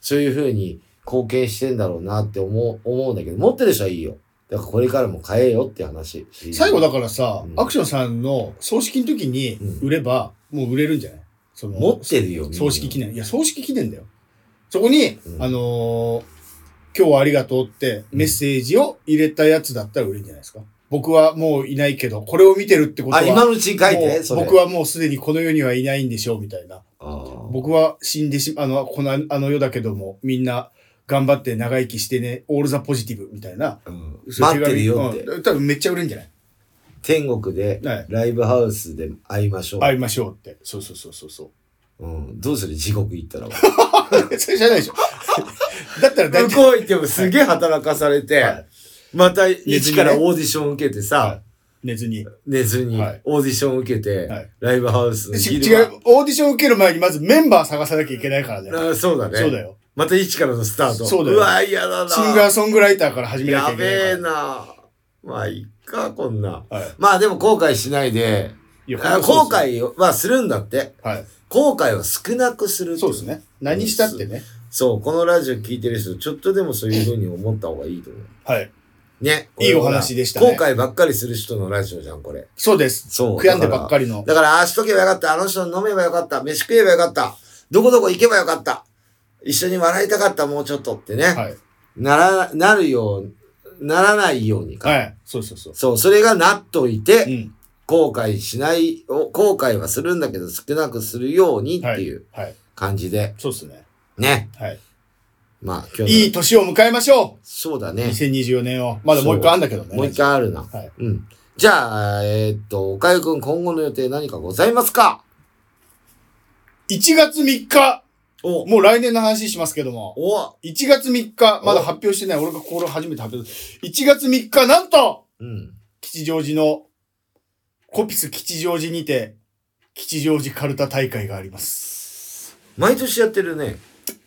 Speaker 1: そういう風に貢献してんだろうなって思う、思うんだけど、持ってる人はいいよ。だからこれからも変えよって話。
Speaker 2: 最後だからさ、
Speaker 1: うん
Speaker 2: アクションさんの葬式の時に
Speaker 1: うん
Speaker 2: 売れば、もう売れるんじゃないその
Speaker 1: 持ってるよ、みんな
Speaker 2: 葬式記念。いや、葬式記念だよ。そこに、
Speaker 1: うん
Speaker 2: あのー今日はありがとうってメッセージを入れたやつだったら売れるんじゃないですか。僕はもういないけど、これを見てるってことは、
Speaker 1: あ、今のうちに書い
Speaker 2: も
Speaker 1: て、
Speaker 2: う
Speaker 1: それ。
Speaker 2: 僕はもうすでにこの世にはいないんでしょう、みたいな。
Speaker 1: あー
Speaker 2: 僕は死んでしま、あの、この、あの世だけども、みんな頑張って長生きしてね、オールザポジティブみたいな。
Speaker 1: うん待ってるよって。
Speaker 2: うん多分めっちゃ売れるんじゃない
Speaker 1: 天国で
Speaker 2: はい、
Speaker 1: ライブハウスで会いましょう。
Speaker 2: 会いましょうって。そうそうそうそう [LAUGHS] そう。
Speaker 1: うん、どうする地獄行ったら。
Speaker 2: それじ
Speaker 1: [LAUGHS]
Speaker 2: ゃないでしょ。だったら [LAUGHS] 大
Speaker 1: 向
Speaker 2: 体。
Speaker 1: こう行ってもすげえ働かされて、
Speaker 2: はい
Speaker 1: また一からオーディション受けてさ、
Speaker 2: はい寝ずに。
Speaker 1: 寝ずに
Speaker 2: はい
Speaker 1: オーディション受けて、
Speaker 2: はい
Speaker 1: ライブハウスの
Speaker 2: し
Speaker 1: 昼
Speaker 2: 違
Speaker 1: 間
Speaker 2: う、オーディション受ける前にまずメンバー探さなきゃいけないからね。
Speaker 1: あそうだね。
Speaker 2: そうだよ。
Speaker 1: また一からのスタート。
Speaker 2: そうだよ
Speaker 1: わ、嫌だな。
Speaker 2: シンガーソングライターから始めなきゃ
Speaker 1: や
Speaker 2: いけないから。
Speaker 1: べえな。まあ、いっか、こんな。
Speaker 2: はい。
Speaker 1: まあ、でも後悔しないで、
Speaker 2: いや
Speaker 1: あ後。悔はするんだって。
Speaker 2: はい。
Speaker 1: 後悔は少なくするってい
Speaker 2: そうです。ね。何したってね。
Speaker 1: そう、このラジオ聞いてる人、ちょっとでもそういうふうに思った方がいいと思う。
Speaker 2: はい。
Speaker 1: ね。
Speaker 2: いいお話でしたね
Speaker 1: 後悔ばっかりする人のラジオじゃん、これ。
Speaker 2: そうです。
Speaker 1: そう。
Speaker 2: 悔やんでばっかりの。
Speaker 1: だから、ああしとけばよかった、あの人に飲めばよかった、飯食えばよかった、どこどこ行けばよかった。一緒に笑いたかった、もうちょっとってね。
Speaker 2: はい。
Speaker 1: なら、なるよう、ならないようにか。
Speaker 2: はい。そうそうそう。
Speaker 1: そう、それがなっといて、
Speaker 2: うん。
Speaker 1: 後悔しない、お後悔はするんだけど少なくするようにっていう
Speaker 2: はい。
Speaker 1: 感じで、
Speaker 2: そうですね。
Speaker 1: ね。
Speaker 2: はい。
Speaker 1: まあ今日の
Speaker 2: いい年を迎えましょ
Speaker 1: そうだ
Speaker 2: う。
Speaker 1: ね。
Speaker 2: 2024年を。まだもう一個あんだけどね。
Speaker 1: もう一回あるな。
Speaker 2: はい
Speaker 1: うん。じゃあ、えーっと、おかゆくん今後の予定何かございますか
Speaker 2: 1月3日、
Speaker 1: お
Speaker 2: もう来年の話しますけども。
Speaker 1: お
Speaker 2: 1月3日、まだ発表してない。俺がこれ初めて発表する。1月3日、なんと
Speaker 1: うん。
Speaker 2: 吉祥寺の、コピス吉祥寺にて、吉祥寺カルタ大会があります。
Speaker 1: 毎年やってるね。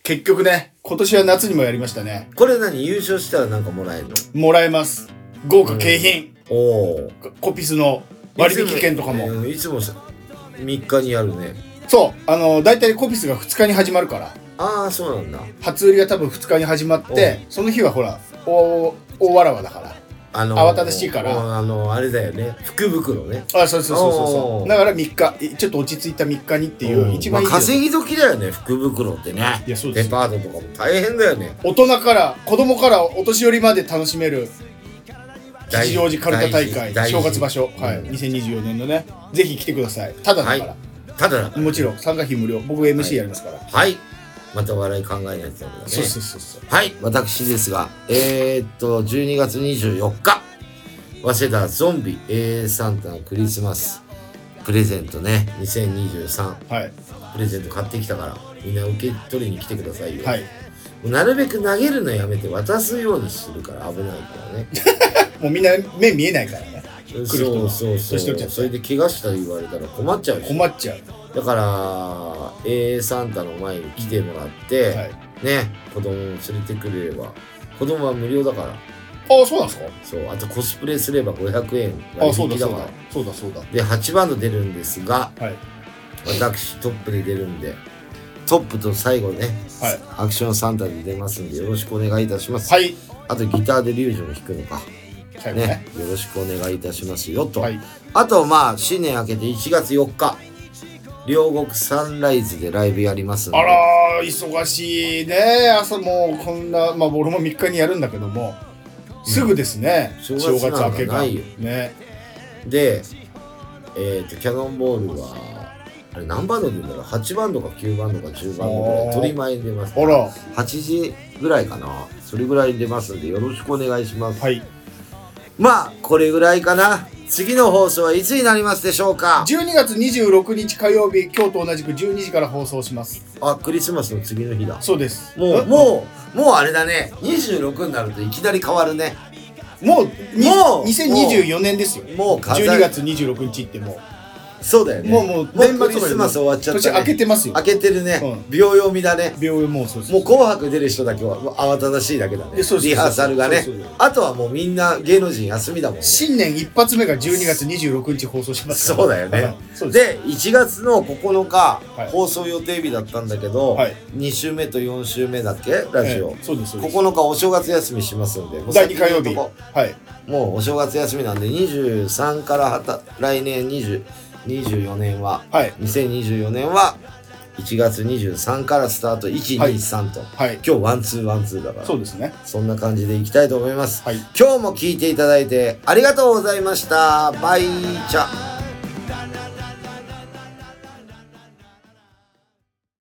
Speaker 2: 結局ね、今年は夏にもやりましたね。
Speaker 1: これ何優勝したらなんかもらえるの
Speaker 2: もらえます。豪華景品。
Speaker 1: おお。
Speaker 2: コピスの割引券とかも。
Speaker 1: うんいつもさ3日にやるね。
Speaker 2: そう、あの、大体コピスが2日に始まるから、
Speaker 1: ああ、そうなんだ。
Speaker 2: 初売りが多分2日に始まって、その日はほら、大、大わらわだから。
Speaker 1: あの
Speaker 2: 慌ただしいから
Speaker 1: おあのあれだよね。福袋ね。
Speaker 2: あ、そうそうそうそうそ
Speaker 1: お
Speaker 2: う。
Speaker 1: ー
Speaker 2: だから3日、いちょっと落ち着いた3日にっていう、一番いい
Speaker 1: まあ、
Speaker 2: です
Speaker 1: 稼
Speaker 2: よ
Speaker 1: ぎ時だよね、福袋ってね。
Speaker 2: いやそうで
Speaker 1: デ
Speaker 2: す
Speaker 1: パートとかも大変だよね。
Speaker 2: 大人から、子供からお年寄りまで楽しめる、吉祥寺カルタ大会、
Speaker 1: 大事
Speaker 2: 正月場所、
Speaker 1: うん
Speaker 2: はい、2024年のね、ぜひ来てください。ただだから。
Speaker 1: はただだから
Speaker 2: もちろん、参加費無料。僕 MC やりますから。
Speaker 1: はい。また笑い考えないとダメだね。
Speaker 2: そうそうそうそう。
Speaker 1: はい、私ですが、えー、っと、12月24日、早稲田ゾンビ A サンタのクリスマスプレゼントね、2023
Speaker 2: はい。
Speaker 1: プレゼント買ってきたから、みんな受け取りに来てくださいよ。
Speaker 2: はい。
Speaker 1: もうなるべく投げるのやめて渡すようにするから危ないからね。
Speaker 2: もうみんな目見えないからね。
Speaker 1: そう
Speaker 2: 来る人
Speaker 1: そ
Speaker 2: も
Speaker 1: うそう
Speaker 2: 年取っちゃって
Speaker 1: それで怪我したり言われたら困っちゃうし
Speaker 2: 困っちゃう。
Speaker 1: だから A サンタの前に来てもらって、
Speaker 2: はい。
Speaker 1: ね子供を連れてくれれば子供は無料だから
Speaker 2: ああ、そうなんですか
Speaker 1: そうあとコスプレすれば500円
Speaker 2: あ、そうだ
Speaker 1: だ
Speaker 2: そう
Speaker 1: か
Speaker 2: だ
Speaker 1: ら。
Speaker 2: そうだそうだ。
Speaker 1: で8バンド出るんですが
Speaker 2: はい。
Speaker 1: 私トップで出るんでトップと最後ね、
Speaker 2: はい
Speaker 1: アクションサンタで出ますんでよろしくお願いいたします、
Speaker 2: はい。
Speaker 1: あとギターでリュージョン弾くのか
Speaker 2: 最後
Speaker 1: ね
Speaker 2: ね。
Speaker 1: よろしくお願いいたしますよと、
Speaker 2: はい。
Speaker 1: あとまあ新年明けて1月4日両国サンライズでライブやりますんで
Speaker 2: あらー、忙しいね。朝もうこんな、まあ俺も3日にやるんだけども、すぐですね。
Speaker 1: 正月なんかないよ
Speaker 2: ね。
Speaker 1: でえっ、とキャノンボールはあれ何バンド出るんだろう8バンドか9バンドか10バンドぐら
Speaker 2: お
Speaker 1: い
Speaker 2: ー
Speaker 1: 取り前に出ます
Speaker 2: あら、
Speaker 1: 8時ぐらいかなそれぐらいに出ますんでよろしくお願いします、
Speaker 2: はい。
Speaker 1: まあこれぐらいかな次の放送はいつになりますでしょうか
Speaker 2: 12月26日火曜日、今日と同じく12時から放送します。
Speaker 1: あクリスマスの次の日だ
Speaker 2: そうです。
Speaker 1: もう
Speaker 2: え
Speaker 1: もうもうあれだね26になるといきなり変わるね
Speaker 2: もう、に
Speaker 1: もう
Speaker 2: 2024年ですよ。
Speaker 1: もう飾る
Speaker 2: 12月26日っても
Speaker 1: そうだよ
Speaker 2: う、
Speaker 1: ね
Speaker 2: もうもう、
Speaker 1: 年末クリスマス終わっちゃった、ね、
Speaker 2: 年明けてますよ。
Speaker 1: 開けてるね、
Speaker 2: う
Speaker 1: 秒読みだね
Speaker 2: 病院もうそうです
Speaker 1: もう「紅白」出る人だけはもう慌ただしいだけだね
Speaker 2: えそうそうそう
Speaker 1: リハーサルがね
Speaker 2: そうそうそう
Speaker 1: あとはもうみんな芸能人休みだもんね
Speaker 2: 新年一発目が12月26日放送しますから
Speaker 1: そうだよね
Speaker 2: はい [LAUGHS] そうで
Speaker 1: で
Speaker 2: す
Speaker 1: 1月の9日、
Speaker 2: はい
Speaker 1: 放送予定日だったんだけど、
Speaker 2: はい
Speaker 1: 2週目と4週目だっけラジオ、
Speaker 2: ええそうですそうです
Speaker 1: 9日お正月休みしますんでもう
Speaker 2: 第2火曜日
Speaker 1: 先に言うとこ
Speaker 2: はい
Speaker 1: もうお正月休みなんで23からはた来年20 24年は
Speaker 2: はい
Speaker 1: 2024年は1月23からスタート
Speaker 2: はい
Speaker 1: 123と、
Speaker 2: はい
Speaker 1: 今日ワンツーワンツーだから
Speaker 2: そうですね
Speaker 1: そんな感じでいきたいと思います、
Speaker 2: はい
Speaker 1: 今日も聞いていただいてありがとうございましたバイチャ